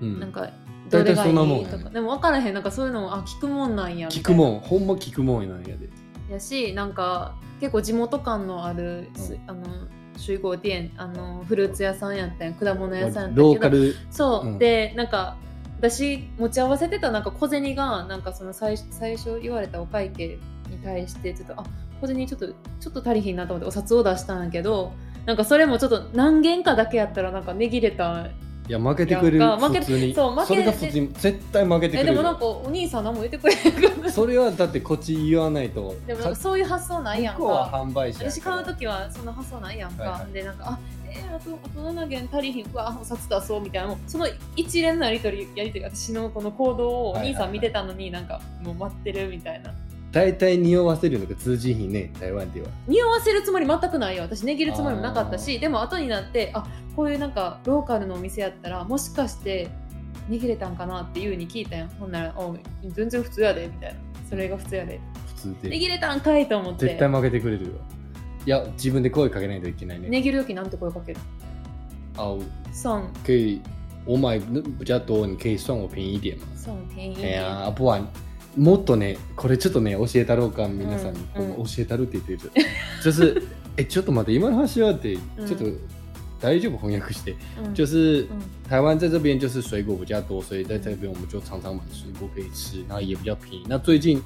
Speaker 1: うん
Speaker 2: なんかど
Speaker 1: 大体
Speaker 2: れが
Speaker 1: そ
Speaker 2: い
Speaker 1: んなもん
Speaker 2: い
Speaker 1: やね
Speaker 2: とかでも分からへんなんかそういうのもあ聞くもんなんやみたい
Speaker 1: 聞
Speaker 2: な
Speaker 1: くもん、ほんま聞くもんなんやで。
Speaker 2: やしなんか結構地元感のある、すあの集合店あのフルーツ屋さんやったんや果物屋さんやったんやけど
Speaker 1: ローカル。
Speaker 2: そう、
Speaker 1: うん
Speaker 2: でなんか私持ち合わせてたなんか小銭がなんかその最最初言われたお会計に対してちょっとあ小銭ちょっとちょっと足りひんなと思ってお札を出したんやけどなんかそれもちょっと何軒かだけやったらなんか値切れた
Speaker 1: いや、負けてくれる。
Speaker 2: なんか負け
Speaker 1: 普通に。
Speaker 2: そう負け
Speaker 1: それが普通に、絶対負けて
Speaker 2: え
Speaker 1: く
Speaker 2: で
Speaker 1: れ
Speaker 2: もなん
Speaker 1: る。
Speaker 2: かお兄さん何も言ってくれへんか った
Speaker 1: それはだってこっち言わないと。
Speaker 2: でもなん
Speaker 1: か
Speaker 2: かそういう発想ないやん
Speaker 1: 向こうは
Speaker 2: か
Speaker 1: 販売者やから。
Speaker 2: 私買う時はその発想ないやんか、
Speaker 1: はいはい
Speaker 2: でなんかあえー、あとあと7軒足りひんうわお札出そうみたいなもうその一連のやり取りやり取り私のこの行動をお兄さん見てたのになんかもう待ってるみたいな
Speaker 1: 大体匂わせるのが通じひんね台湾では
Speaker 2: 匂わせるつもり全くないよ私値切るつもりもなかったしでも後になってあこういうなんかローカルのお店やったらもしかして値切れたんかなっていうに聞いたやんほんなら「おう全然普通やで」みたいな「それが普通やで」
Speaker 1: 普通
Speaker 2: 値
Speaker 1: で
Speaker 2: 切れたんかいと思って
Speaker 1: 絶対負けてくれるよいや自分で声かけないといけないね
Speaker 2: 値切る時なんて声かける
Speaker 1: あ我
Speaker 2: 算
Speaker 1: 可以我买比较多你可以算我便宜一点嘛
Speaker 2: 算便宜
Speaker 1: いやー不安もっとねこれちょっとね教えたろうか皆さんに、
Speaker 2: うんうん
Speaker 1: この教えたるって言ってる就是えちょっと待 って今の話はってち
Speaker 2: うん
Speaker 1: ょっと大丈夫翻訳して、
Speaker 2: うん
Speaker 1: 就是、
Speaker 2: うん
Speaker 1: 台湾在这边就是水果比较多，所以在这边我们就常常买水果可以吃，然后也比较便宜。那最近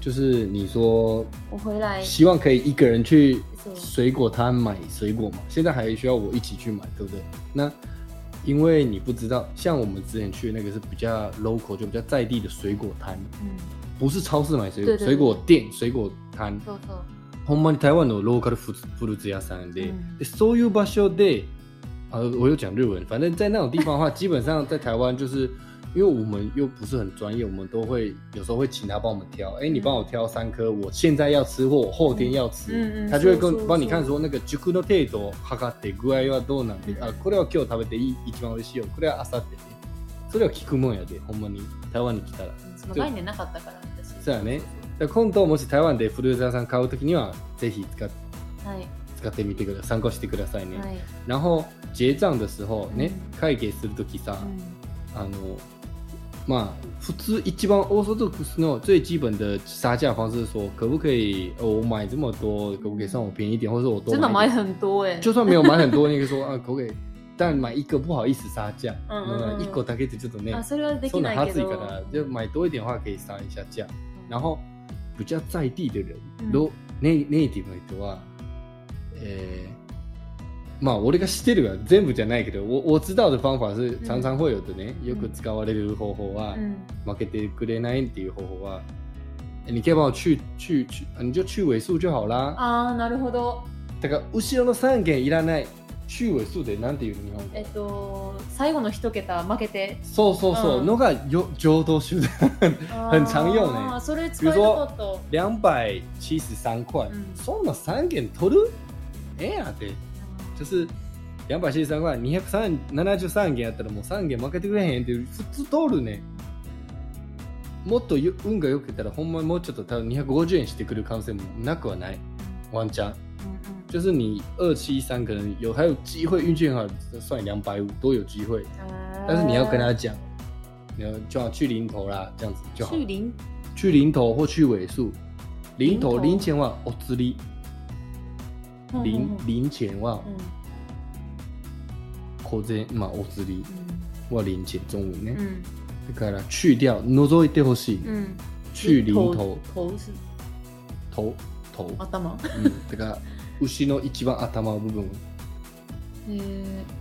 Speaker 1: 就是你说
Speaker 2: 我回来
Speaker 1: 希望可以一个人去
Speaker 2: そう
Speaker 1: 水果摊买水果嘛，现在还需要我一起去买，对不对？那因为你不知道，像我们之前去那个是比较 local，就比较在地的水果摊，
Speaker 2: うん
Speaker 1: 不是超市买水果，
Speaker 2: 对对对
Speaker 1: 水果店、水果摊。
Speaker 2: そうそう
Speaker 1: ほんまに台湾のローカルフルーツ屋さんで,、
Speaker 2: 嗯
Speaker 1: でそういう場所で啊，我有讲日文，反正在那种地方的话，基本上在台湾就是 因为我们又不是很专业，我们都会有时候会请他帮我们挑，哎、你帮我挑三颗，我现在要吃或我后天要吃，
Speaker 2: 嗯嗯嗯
Speaker 1: 他就会
Speaker 2: そうそうそ
Speaker 1: 跟
Speaker 2: う
Speaker 1: 帮你看说那个熟の程度測って具合はどうなんで、あこれは今日食べていい一番美味しいよ、これは明後日ね。それは聞くもんやで、ほんまに台湾に来たら。
Speaker 2: その概念なかったから私
Speaker 1: そうやねで今度もし台湾でフルーツ屋さん買うときにはぜひ使って
Speaker 2: はい
Speaker 1: 使ってみてください参考してくださいね、
Speaker 2: はい
Speaker 1: 然后结账的时候ね、
Speaker 2: うん
Speaker 1: 会計するときさ、
Speaker 2: うん
Speaker 1: あのまあ普通一番オーソドックスの最基本的杀价方式是说可不可以哦我买这么多可不可以算我便宜一点或者我多
Speaker 2: 真的
Speaker 1: 买
Speaker 2: 买
Speaker 1: 一点
Speaker 2: 很多哎、欸。
Speaker 1: 就算没有买很多你可以说啊可不可以但买一个不好意思杀价
Speaker 2: 嗯嗯嗯
Speaker 1: 一个だけってちょっとね
Speaker 2: あそれはで
Speaker 1: そう
Speaker 2: き
Speaker 1: な
Speaker 2: なん
Speaker 1: 他
Speaker 2: いけ
Speaker 1: 自己可
Speaker 2: ど。
Speaker 1: 能就买多一点的话可以杀一下价然后比较在地的人、
Speaker 2: うん
Speaker 1: ロネイネイティブの人は、えーまあ俺が知ってるが全部じゃないけど我我知道的方法是
Speaker 2: ん
Speaker 1: 常常会有的ね、よく使われる方法は、
Speaker 2: うん
Speaker 1: 負けてくれないっていう方法はえ你可以帮我去去去あ你就去尾数就好啦
Speaker 2: ああなるほど。
Speaker 1: だから後ろの3件いらない去尾数でなんていうの日本語
Speaker 2: えっと最後の一桁負け て。
Speaker 1: そうそうそう、
Speaker 2: うん
Speaker 1: のがよ浄土集団
Speaker 2: あ
Speaker 1: 很
Speaker 2: ー
Speaker 1: 常用ね
Speaker 2: それ使えなかった。
Speaker 1: 273块、
Speaker 2: うん
Speaker 1: そんな3件取るええやんって就是两百七十三块，你三七十三件やったらもう三件負けてくれへんって普通通るね。もっとよ運が良けたらほんまもうちょっと多分250円してくる可能性もなくはない。ワンチャン。
Speaker 2: うん
Speaker 1: 就是你二七三可能有还有机会运气很好，算两百五都有机会，
Speaker 2: あー
Speaker 1: 但是你要跟他讲，你要就好去零头啦，这样子就好。
Speaker 2: 去零
Speaker 1: 去零头或去尾数，零头
Speaker 2: 零头
Speaker 1: 零钱はお釣り，零零钱は
Speaker 2: うんうんうん
Speaker 1: 小銭まあお釣り。は零钱，中文呢？
Speaker 2: うん
Speaker 1: だから去掉，除いてほしい。
Speaker 2: うんうん。
Speaker 1: 去零頭、
Speaker 2: 頭是
Speaker 1: 頭、頭。う
Speaker 2: 頭。
Speaker 1: んだから牛の一番頭部 分。
Speaker 2: えー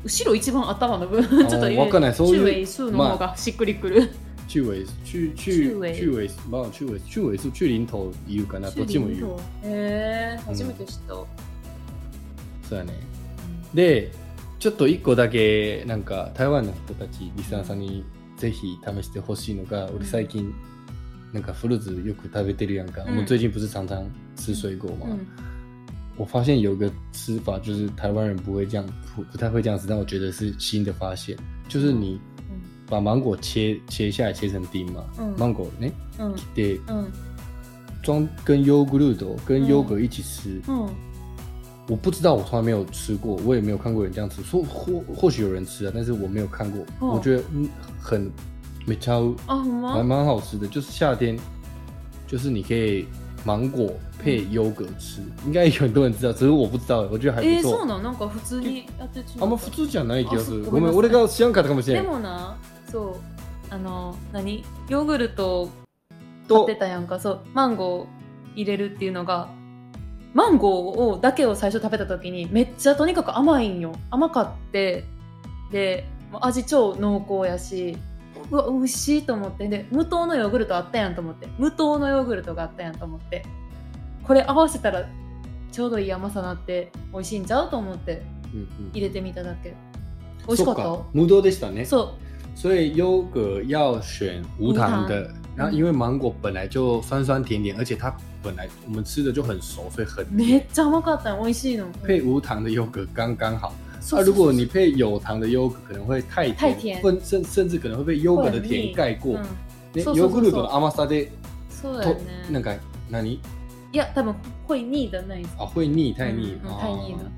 Speaker 2: 後ろ一番頭の分
Speaker 1: あ
Speaker 2: ちょっと
Speaker 1: わかんないそういう
Speaker 2: 中位数の方がしっくりくる。
Speaker 1: 去尾、去去
Speaker 2: 去尾
Speaker 1: 去尾、まあ去尾、去尾数去零頭言うかな。どっちも言う。
Speaker 2: へえ初めて知った。
Speaker 1: そうやね。で、ちょっと一個だけなんか台湾の人たちリスナーさんにぜひ試してほしいのが、俺最近なんかフルーツよく食べてるやんか。
Speaker 2: うん
Speaker 1: 我最近不是常常吃水果嘛。
Speaker 2: うん
Speaker 1: 我发现有个吃法，就是台湾人不会这样，不不太会这样子，但我觉得是新的发现，就是
Speaker 2: 嗯
Speaker 1: 你把芒果切切下来，切成丁嘛，
Speaker 2: 嗯
Speaker 1: 芒果呢，
Speaker 2: うん
Speaker 1: 得
Speaker 2: うん
Speaker 1: 装跟 yogurt 跟
Speaker 2: 嗯
Speaker 1: yogurt 一起吃。
Speaker 2: うんうん
Speaker 1: 我不知道，我从来没有吃过，我也没有看过有人这样吃。说或或许有人吃啊，但是我没有看过。
Speaker 2: 哦啊
Speaker 1: 我觉得嗯很没超
Speaker 2: あほん
Speaker 1: 蛮
Speaker 2: ま
Speaker 1: 蛮好吃的，就是夏天，就是你可以芒果配
Speaker 2: 嗯
Speaker 1: 优格吃，应该有很多人知道，只是我不知道，我觉得还
Speaker 2: え
Speaker 1: 不
Speaker 2: ー、そう
Speaker 1: 错。
Speaker 2: なんなんか普通にやってる
Speaker 1: あんま普通じゃない気がする。
Speaker 2: あそっか
Speaker 1: ごめん、
Speaker 2: ごめ
Speaker 1: 俺
Speaker 2: んなさい
Speaker 1: が知らんかったかもしれ
Speaker 2: で
Speaker 1: ない。
Speaker 2: もなそうあの何ヨーグルト買っ
Speaker 1: と
Speaker 2: て、たやんかそうマンゴー入れるっていうのがマンゴーをだけを最初食べた時にめっちゃとにかく甘いんよ甘かってでもう味超濃厚やしうわ美味しいと思ってで無糖のヨーグルトあったやんと思って無糖のヨーグルトがあったやんと思ってこれ合わせたらちょうどいい甘さなって美味しいんちゃうと思って
Speaker 1: うん
Speaker 2: 入れてみただけ美
Speaker 1: うん
Speaker 2: 味しか
Speaker 1: そ
Speaker 2: っ
Speaker 1: っか
Speaker 2: た
Speaker 1: 無糖でしたね。
Speaker 2: そう
Speaker 1: 所以优格要选无糖的，然后因为芒果本来就酸酸甜甜，而且它本来我们吃的就很熟，所以很
Speaker 2: めっちゃ甘かったの美味しいの。
Speaker 1: 配无糖的优格刚刚好。
Speaker 2: そ
Speaker 1: 那
Speaker 2: うそうそう
Speaker 1: 如果你配有糖的优格，可能会太甜，
Speaker 2: 太甜
Speaker 1: 甚甚甚至可能会被优格的甜盖过。
Speaker 2: うん
Speaker 1: ね
Speaker 2: そうそうそうそう
Speaker 1: ヨーグルトの甘さで
Speaker 2: そうだよ
Speaker 1: となん
Speaker 2: ね。
Speaker 1: か何
Speaker 2: いや多分恋にだない。
Speaker 1: 啊会腻太腻
Speaker 2: うんうん
Speaker 1: あー
Speaker 2: 太腻だ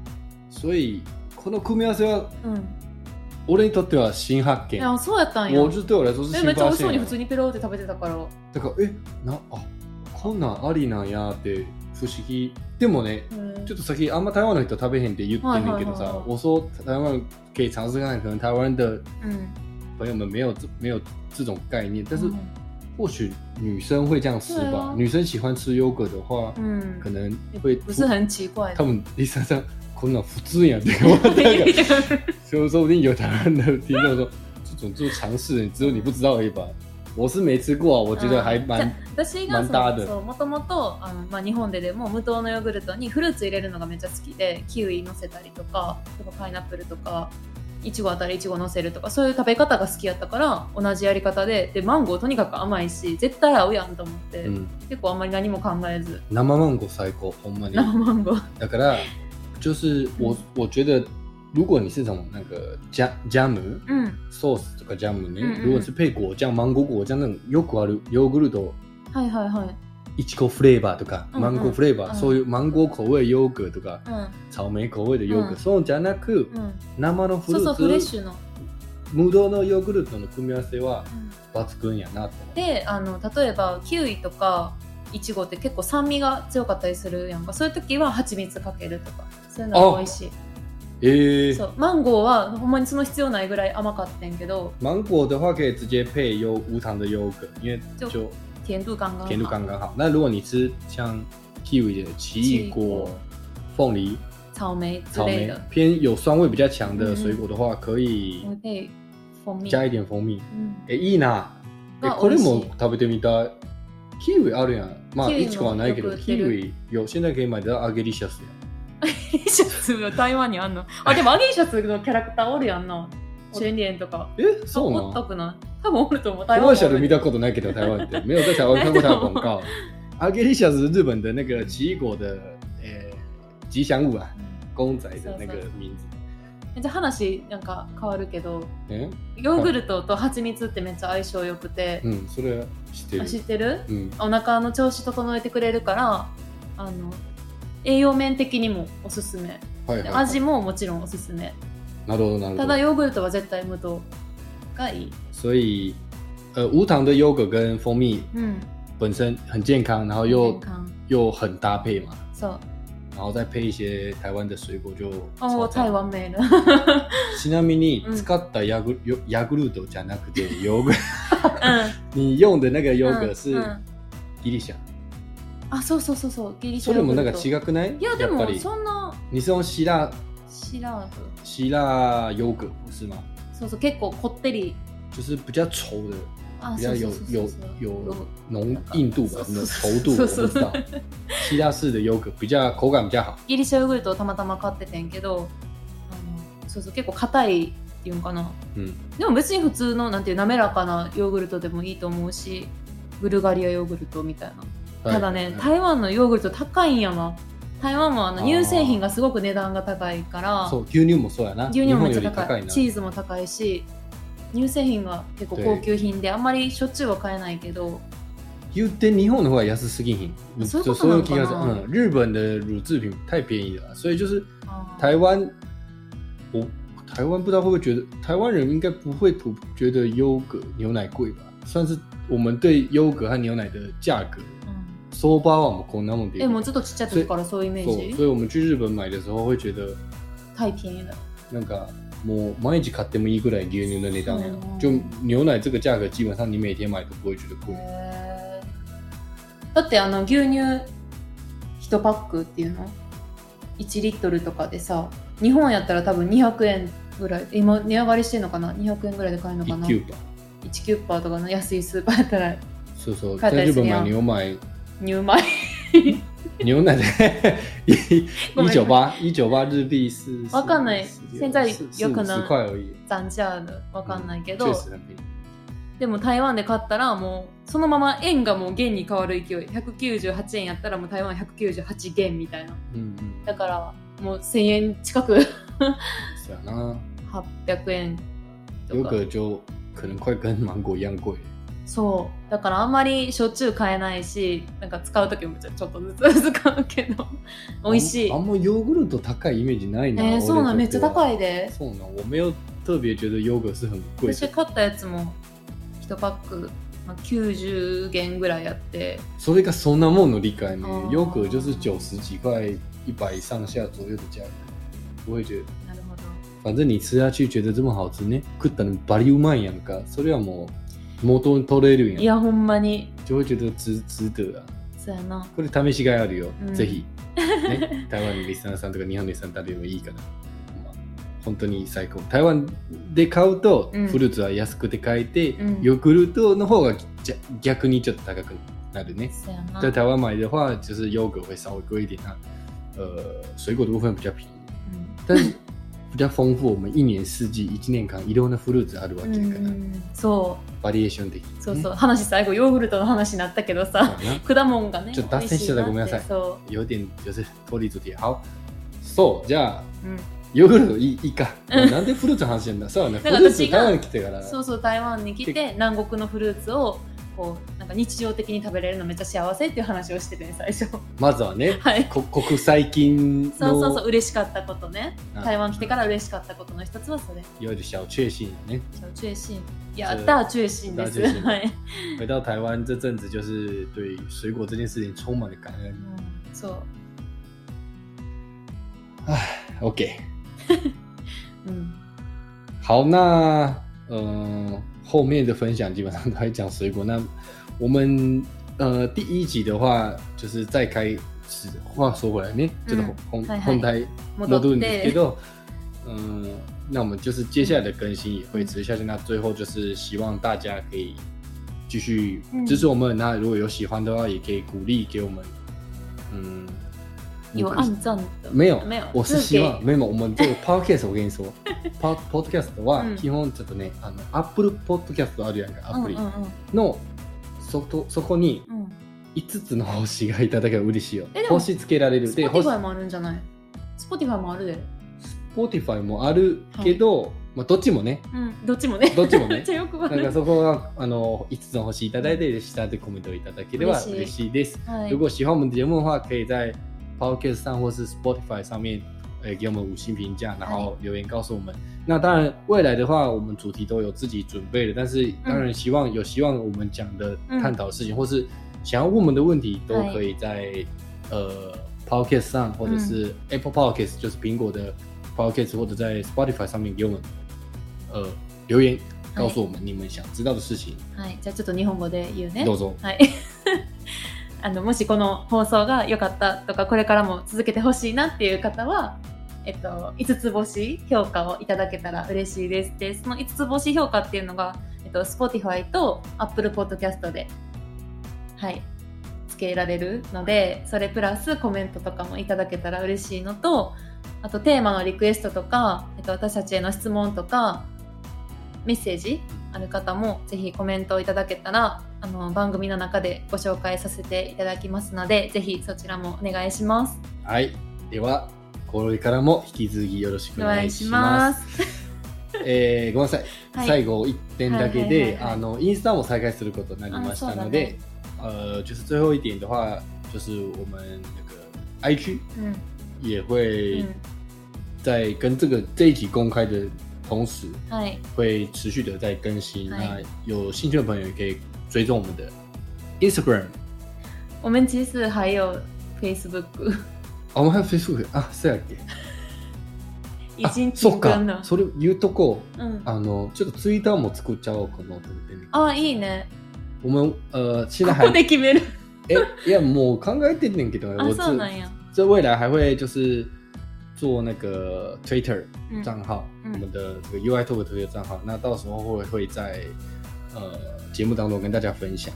Speaker 1: 所以この組み合わせは
Speaker 2: うん。
Speaker 1: 俺にとっては新発見。
Speaker 2: あそうやったんや。
Speaker 1: 我就对我来说是
Speaker 2: え
Speaker 1: 新
Speaker 2: めっち
Speaker 1: 发
Speaker 2: ゃ美味しそうに
Speaker 1: 现
Speaker 2: 普。通にペロって食べてたから。
Speaker 1: だからえなあこんなんありなんやって不思議。でもね
Speaker 2: うん
Speaker 1: ちょっと先あんま台湾の人食べへんって言ってんねんけど
Speaker 2: はいはい
Speaker 1: さ
Speaker 2: はいは、い
Speaker 1: 我说台湾可以尝试看看，可能台湾的
Speaker 2: うん。
Speaker 1: 朋友们没有这没有这种概念，但是
Speaker 2: うん
Speaker 1: 或许女生会这样吃
Speaker 2: 对
Speaker 1: 吧
Speaker 2: 啊。
Speaker 1: 女生喜欢吃优格的话，
Speaker 2: うん
Speaker 1: 可能会
Speaker 2: 不是很奇怪。
Speaker 1: 他们第三张可能不这样对我 这个，所以说不定有台湾的听众说，这种就是尝试，只有你不知道而已吧。我是没吃过啊，我觉得还蛮
Speaker 2: 私
Speaker 1: マ
Speaker 2: が
Speaker 1: ン
Speaker 2: そ
Speaker 1: タード
Speaker 2: のそうもともとあの、まあ、日本ででも無糖のヨーグルトにフルーツ入れるのがめっちゃ好きでキウイ乗せたりとかとかパイナップルとかいちごあたりいちご乗せるとかそういう食べ方が好きやったから同じやり方ででマンゴーとにかく甘いし絶対合うやんと思って、
Speaker 1: 嗯，
Speaker 2: 結構あんまり何も考えず
Speaker 1: 生マンゴー最高，ほんまに。
Speaker 2: 生マンゴー
Speaker 1: だから就是我我觉得，如果你是从那个ジャジャム
Speaker 2: うん、
Speaker 1: sauce とかジャムね
Speaker 2: 嗯，嗯
Speaker 1: 如果是配果酱、芒果果酱那种よくあるヨーグルト、
Speaker 2: はいはいはい
Speaker 1: いちごフレーバーとか、
Speaker 2: 嗯嗯
Speaker 1: マンゴーフレーバー、
Speaker 2: 嗯
Speaker 1: そういうマンゴー口味ヨーグルトとか、
Speaker 2: う
Speaker 1: 草莓口味的ヨーグル
Speaker 2: 嗯
Speaker 1: ト、そうじゃなく、
Speaker 2: んうん
Speaker 1: 生のフ
Speaker 2: そ
Speaker 1: ル
Speaker 2: うそうフレッ
Speaker 1: ー
Speaker 2: シ
Speaker 1: ツ、
Speaker 2: ュの、
Speaker 1: 無糖のヨーグルトの組み合わせは
Speaker 2: うん
Speaker 1: 抜群やなって。
Speaker 2: であの例えばキウイとかいちごって結構酸味が強かったりするやんかそういう時は蜂蜜かけるとかそういうのが美味しい
Speaker 1: え
Speaker 2: そ
Speaker 1: ー。
Speaker 2: うマンゴーはほんまにその必要ないぐらい甘かったんやけど
Speaker 1: 芒果的话可以直接配优无糖的优格，因为
Speaker 2: 就
Speaker 1: 就
Speaker 2: 甜度刚刚好
Speaker 1: 甜度刚刚好。那如果你吃像 kiwi 的奇异果、凤梨、
Speaker 2: 草莓之
Speaker 1: 草
Speaker 2: 类
Speaker 1: 莓
Speaker 2: 的
Speaker 1: 偏有酸味比较强的
Speaker 2: 嗯嗯
Speaker 1: 水果的话，可以
Speaker 2: 我配蜂蜜
Speaker 1: 加一点蜂蜜。
Speaker 2: うん
Speaker 1: え、いいな。え、
Speaker 2: あ
Speaker 1: これ
Speaker 2: 美味
Speaker 1: も
Speaker 2: しい
Speaker 1: 食べてみたい。キウイあるやん。まあ、
Speaker 2: キウイも
Speaker 1: いちごはないけど、
Speaker 2: よく売
Speaker 1: キ
Speaker 2: って
Speaker 1: ウ
Speaker 2: る
Speaker 1: イ有。现在可以买到アゲリシャスや。
Speaker 2: シャツは台湾にあ んのあでもアゲイシャツのキャラクターおるやんなチュンリエンとか
Speaker 1: え、そうな
Speaker 2: お
Speaker 1: ん
Speaker 2: っとくない多分おると思う
Speaker 1: コ
Speaker 2: 台
Speaker 1: マー
Speaker 2: 湾も
Speaker 1: シ
Speaker 2: お
Speaker 1: ャル
Speaker 2: る
Speaker 1: 見たことないけど、台湾って。没有在台湾看过它的广告。アゲリシャス是日本的那个奇异果的えー吉祥物啊，
Speaker 2: うん
Speaker 1: 公仔的那个名字。
Speaker 2: じゃあ話なんか変わるけど
Speaker 1: え
Speaker 2: ヨーグルトと蜂蜜ってめっちゃ相性良くて、
Speaker 1: うん、それは知って
Speaker 2: あ
Speaker 1: る。
Speaker 2: 知ってる
Speaker 1: うん。
Speaker 2: お腹の調子整えてくれるからあの栄養面的にもおすすめ
Speaker 1: はいはい
Speaker 2: で
Speaker 1: はい。
Speaker 2: 味ももちろんおすすめ
Speaker 1: なるほど、なる
Speaker 2: た
Speaker 1: ほ
Speaker 2: だ
Speaker 1: ど。
Speaker 2: ヨーグルトは絶対無糖がいい、
Speaker 1: 所以、呃，无糖的优格跟蜂蜜
Speaker 2: うん、
Speaker 1: 本身很健康，然后又
Speaker 2: 健康
Speaker 1: 又很搭配嘛，
Speaker 2: そう
Speaker 1: 然后再配一些台湾的水果就
Speaker 2: お
Speaker 1: 超
Speaker 2: お台
Speaker 1: 赞。
Speaker 2: 湾メ ール
Speaker 1: ちなみに
Speaker 2: 嗯
Speaker 1: 使ったヤグヨヤグルトじゃなくてヨーグルト，
Speaker 2: う
Speaker 1: 你用的那个
Speaker 2: ん
Speaker 1: ヨーグルト
Speaker 2: う
Speaker 1: 是
Speaker 2: ん
Speaker 1: ギリシャ。
Speaker 2: あそうそうそうそうギリシ
Speaker 1: そ
Speaker 2: ャ
Speaker 1: れ
Speaker 2: ヨー
Speaker 1: も
Speaker 2: グ
Speaker 1: なん
Speaker 2: ル
Speaker 1: か
Speaker 2: ト
Speaker 1: 違くない？
Speaker 2: いやで
Speaker 1: っ
Speaker 2: も
Speaker 1: ぱり
Speaker 2: そんな
Speaker 1: 你是用希腊
Speaker 2: シラーフ
Speaker 1: 希腊优格不是吗？
Speaker 2: そうそう結構こってり
Speaker 1: 就是比较稠的，
Speaker 2: あ
Speaker 1: 比
Speaker 2: そ
Speaker 1: 较
Speaker 2: うそ
Speaker 1: 有有
Speaker 2: うそうそう
Speaker 1: 有
Speaker 2: よ
Speaker 1: 浓硬度吧，什么稠度我不
Speaker 2: そうそう
Speaker 1: 知道。希腊式的优格比较口感比较好。
Speaker 2: ギリシャヨーグルトをたまたま買っててんけどあのそうそう結構硬いっていうんかな
Speaker 1: 嗯，
Speaker 2: でも別に普通のなんていう滑らかなヨーグルトでもいいと思うしブルガリアヨーグルトみたいなただね、台湾のヨーグルト高いんやわ台湾もあ
Speaker 1: あ
Speaker 2: の
Speaker 1: ー
Speaker 2: 乳製品がすごく値段が高いから
Speaker 1: そう牛乳もそうやな。
Speaker 2: 牛乳もめっちゃ
Speaker 1: 日本より
Speaker 2: 高い
Speaker 1: な。
Speaker 2: チーズも高いし乳製品が結構高級品であんまりしょっちゅうは買えないけど
Speaker 1: 言って日本の方が安すぎひん。
Speaker 2: そう
Speaker 1: 就
Speaker 2: いうこと
Speaker 1: 所
Speaker 2: な
Speaker 1: 有
Speaker 2: の
Speaker 1: 気
Speaker 2: か
Speaker 1: が
Speaker 2: な
Speaker 1: する。嗯，日本的乳制品太便宜了，所以就是
Speaker 2: あー
Speaker 1: 台湾，我台湾不知道会不会觉得台湾人应该不会普觉得优格牛奶贵吧？算是我们对优格和牛奶的价格。
Speaker 2: うん
Speaker 1: 相場はもうこんなもんでいい
Speaker 2: えもうちょっとちっちゃい時からそういうイメ
Speaker 1: そう
Speaker 2: ー
Speaker 1: 所
Speaker 2: ジ
Speaker 1: 以我们去日本买的时候会觉得
Speaker 2: 太便宜だ
Speaker 1: なんかもう毎日買ってもいいぐらい牛乳的那档
Speaker 2: 嗯
Speaker 1: 就牛奶这个价格基本上你每天买都不会觉得贵。
Speaker 2: へーだってあの牛乳1パックっていうの1リットルとかでさ日本やったら多分200円ぐらい今値上がりしてんのかな200円ぐらいで買えるのか
Speaker 1: 一
Speaker 2: な
Speaker 1: 級吧，
Speaker 2: 1キュッパーとかの安いスーパーやったら
Speaker 1: そうそう。
Speaker 2: 買えた
Speaker 1: 在日
Speaker 2: りする
Speaker 1: 本
Speaker 2: や
Speaker 1: 买
Speaker 2: ん
Speaker 1: 牛奶，
Speaker 2: 入米
Speaker 1: 牛奶 的 一
Speaker 2: ご
Speaker 1: 一
Speaker 2: めん
Speaker 1: 九八一九八日币是，
Speaker 2: わかんない
Speaker 1: 四
Speaker 2: 现在
Speaker 1: 四
Speaker 2: 有可
Speaker 1: 四五
Speaker 2: 能
Speaker 1: 十块而已，
Speaker 2: 残ンチャールわかんないけど、
Speaker 1: 确实很便宜。
Speaker 2: でも台湾で買ったらもうそのまま円がもう元に変わる勢い198円やったらもう台湾198元みたいな
Speaker 1: うんうん
Speaker 2: だからもう1000円近く
Speaker 1: そうやな
Speaker 2: 800円と
Speaker 1: 有
Speaker 2: か
Speaker 1: 可就可能快跟芒果一样贵。
Speaker 2: そうだからあんまりしょっちゅう買えないしなんか使う時もちょちょっとずつ 使うけど美味しい
Speaker 1: あんあんまヨーグルト高いイメージないな。
Speaker 2: えー、そうなんめっちゃ高
Speaker 1: い。
Speaker 2: いで
Speaker 1: そうなん我没有特别觉得ヨーグルト是很贵
Speaker 2: 私
Speaker 1: 的。
Speaker 2: 買ったやつも1パック、まあ、90元ぐらいあって
Speaker 1: それがそんなもんの理解ね
Speaker 2: 哦。
Speaker 1: ヨーグルト就是九十几块、一百上下左右的价格。我会觉得，
Speaker 2: なるほど
Speaker 1: 反正你吃下去觉得这么好吃呢，食ったらバリうまいやんか。それはもう元に取れる
Speaker 2: い
Speaker 1: やん。
Speaker 2: やほんまに
Speaker 1: 就会觉得值值得啊。
Speaker 2: そうやな
Speaker 1: これ試しがいあるよ、
Speaker 2: うん
Speaker 1: ぜひ、 ね、台湾のリスナーさんとか日本のリスナー誰でもいいから、まあ、本当に最高台湾で買うと
Speaker 2: うん
Speaker 1: フルーツは安くて買えて、
Speaker 2: うん
Speaker 1: ヨーグルトの方がじゃ逆にちょっと高くなるね
Speaker 2: そうやな
Speaker 1: 在台湾买的话就是优格会稍微贵一点啊呃水果的部分比较便宜但是比较丰富我们一年四季一年間いろんなフルーツあるわ
Speaker 2: う
Speaker 1: け
Speaker 2: ん、
Speaker 1: だ
Speaker 2: う
Speaker 1: から、
Speaker 2: ん、そ
Speaker 1: バリエーション的にね、
Speaker 2: うそうそう、話最後ヨーグルトの話になってたけどさ
Speaker 1: そうやな
Speaker 2: 果物がね
Speaker 1: ちょっと脱線しちゃった
Speaker 2: 美味
Speaker 1: ごめんな
Speaker 2: って
Speaker 1: さい
Speaker 2: そ
Speaker 1: 有点就是脱离主题。好，そうじゃあ、
Speaker 2: うん
Speaker 1: ヨーグルトいいいいか。なんでフルーツの話なんだ。そう ね。フ
Speaker 2: なん
Speaker 1: ル
Speaker 2: か
Speaker 1: ーツ
Speaker 2: 私
Speaker 1: 台
Speaker 2: が
Speaker 1: 湾に来てから。
Speaker 2: うそうそう台湾に来て南国のフルーツをこうなんか日常的に食べれるのめっちゃ幸せっていう話をしてて、ね、最 初
Speaker 1: まずはね、
Speaker 2: はい
Speaker 1: こ国際金の
Speaker 2: そうそうそう嬉しかったことね
Speaker 1: なん
Speaker 2: 台湾来てから嬉しかったことの一つはそれ
Speaker 1: いわゆる小确幸ね。
Speaker 2: 小中心いや
Speaker 1: そう
Speaker 2: 大中心です
Speaker 1: 大中心
Speaker 2: はい、
Speaker 1: 回到台湾这阵子，就是对水果这件事情充满了感
Speaker 2: う
Speaker 1: 恩。
Speaker 2: ん、そ
Speaker 1: OK，
Speaker 2: ううん
Speaker 1: 好，那呃后面的分享基本上都在讲水果。那我们呃第一集的话，就是再开始。话说回来呢，这个
Speaker 2: 嗯
Speaker 1: 红
Speaker 2: 嗨嗨
Speaker 1: 红台
Speaker 2: 戻っ
Speaker 1: んですけ
Speaker 2: て
Speaker 1: ど、嗯，那我们就是接下来的更新也会持续下去。那最后就是希望大家可以继续支持我们。那如果有喜欢的话，也可以鼓励给我们。嗯，
Speaker 2: 有
Speaker 1: 你
Speaker 2: 暗赞的
Speaker 1: 没有
Speaker 2: 没有
Speaker 1: 我是
Speaker 2: 就是
Speaker 1: 希
Speaker 2: 给
Speaker 1: 望没有我们这个 podcast 我跟你说 pod podcast
Speaker 2: う
Speaker 1: は
Speaker 2: ん
Speaker 1: 基本ちょっとねあの Apple Podcast あるやんかアプリ
Speaker 2: うんうん
Speaker 1: のそとそこに
Speaker 2: うんうん
Speaker 1: 5つの星がいただけば嬉しいよ
Speaker 2: えでも
Speaker 1: 星つけられるで星
Speaker 2: Spotify もあるんじゃない Spotify もあるで
Speaker 1: Spotify もあるけど、まあ、どっちもね
Speaker 2: うん どっちもね
Speaker 1: どっちもね
Speaker 2: めっちゃよくわか
Speaker 1: なんか
Speaker 2: る
Speaker 1: そこはあの5つの星いただいて下でコメントをいただければ
Speaker 2: 嬉しい
Speaker 1: 嬉しいです
Speaker 2: はい
Speaker 1: 如果喜欢我们的节目的话，可以在 Podcast 上或是 Spotify 上面，呃，给我们五星评价，然后留言告诉我们。那当然，未来的话，我们主题都有自己准备的，但是当然希望、有希望我们讲的
Speaker 2: 嗯
Speaker 1: 探讨的事情，或是想要问我们的问题，都
Speaker 2: 嗨
Speaker 1: 可以在呃 Podcast 上，或者是 Apple Podcast，、就是苹果的 Podcast，或者在 Spotify 上面给我们呃留言，告诉我们你们想知道的事情。
Speaker 2: はい、じゃあちょっと日本語で言うね
Speaker 1: どうぞ。
Speaker 2: はい あのもしこの放送が良かったとかこれからも続けてほしいなっていう方は、えっと、5つ星評価をいただけたら嬉しいですでその5つ星評価っていうのが、えっと、Spotify と Apple Podcast ではいつけられるのでそれプラスコメントとかもいただけたら嬉しいのとあとテーマのリクエストとか、えっと、私たちへの質問とかメッセージある方もぜひコメントをいただけたらあの番組の中でご紹介させていただきますのでぜひそちらもお願いします。
Speaker 1: はい、ではこれからも引き続きよろしく
Speaker 2: お
Speaker 1: お
Speaker 2: 願
Speaker 1: 願
Speaker 2: い
Speaker 1: い
Speaker 2: し
Speaker 1: し
Speaker 2: ま
Speaker 1: ます。
Speaker 2: す。
Speaker 1: えーごめんなさい、
Speaker 2: はい
Speaker 1: 最後一点だけで、
Speaker 2: はいはいはいはい
Speaker 1: あのインスタも再開することになりましたので、呃，就是最后一点的话，就是我们那个 IG
Speaker 2: うんうん
Speaker 1: 也会在跟这个这一集公开的同时，
Speaker 2: はい
Speaker 1: 会持续的在更新。那
Speaker 2: はい
Speaker 1: 有兴趣的朋友也可以追踪我们的 Instagram。
Speaker 2: おめんちすはよ Facebook
Speaker 1: あ、お前 Facebook あ、そうやっけ。
Speaker 2: 一
Speaker 1: あ
Speaker 2: 日
Speaker 1: そっ
Speaker 2: 分の
Speaker 1: か。それ言うとこう。
Speaker 2: うん
Speaker 1: あの、ちょっとツイッターも作っちゃおうかなと思ってね。
Speaker 2: あいいね
Speaker 1: 我们呃，现在还
Speaker 2: ここで決める
Speaker 1: 哎，いやもう考えてんねんけど、
Speaker 2: あ
Speaker 1: 我
Speaker 2: そうなんや、
Speaker 1: 这未来还会就是做那个 Twitter
Speaker 2: うん、
Speaker 1: 账号，
Speaker 2: 嗯
Speaker 1: 我们的这个 UI Talk 的 Twitter 账号，那到时候会会在呃节目当中跟大家分享。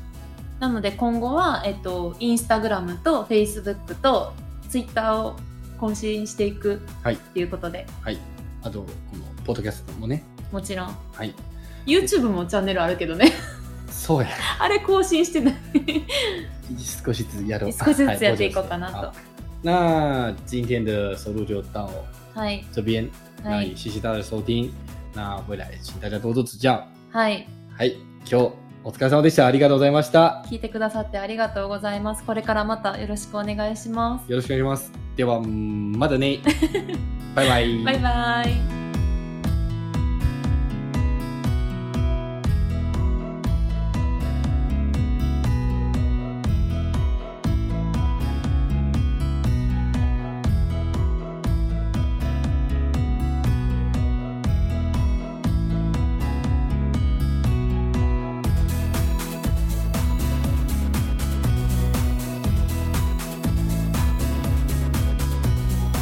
Speaker 2: なので今後は、えっと、インスタグラムと Facebook と Twitter を更新していく
Speaker 1: はい
Speaker 2: っていうことで、
Speaker 1: あとこのポッドキャストもね、
Speaker 2: もちろん
Speaker 1: はい、
Speaker 2: YouTube もチャンネルあるけどね
Speaker 1: そうや。
Speaker 2: あれ更新してない
Speaker 1: 少しずつやろう。
Speaker 2: 少しずつやっていこうかな
Speaker 1: はい
Speaker 2: と。
Speaker 1: 那今天的收录就到
Speaker 2: はい。
Speaker 1: 这边，那
Speaker 2: は
Speaker 1: 也
Speaker 2: い。
Speaker 1: 谢谢大家的收听。那未来请大家多多指教。
Speaker 2: はい。
Speaker 1: はい、今日お疲れ様でした。ありがとうございました。
Speaker 2: 聞いてくださってありがとうございます。これからまたよろしくお願いしま す。
Speaker 1: よろしくお願いします。では、うんまたね。バイバイ。
Speaker 2: バイバイ。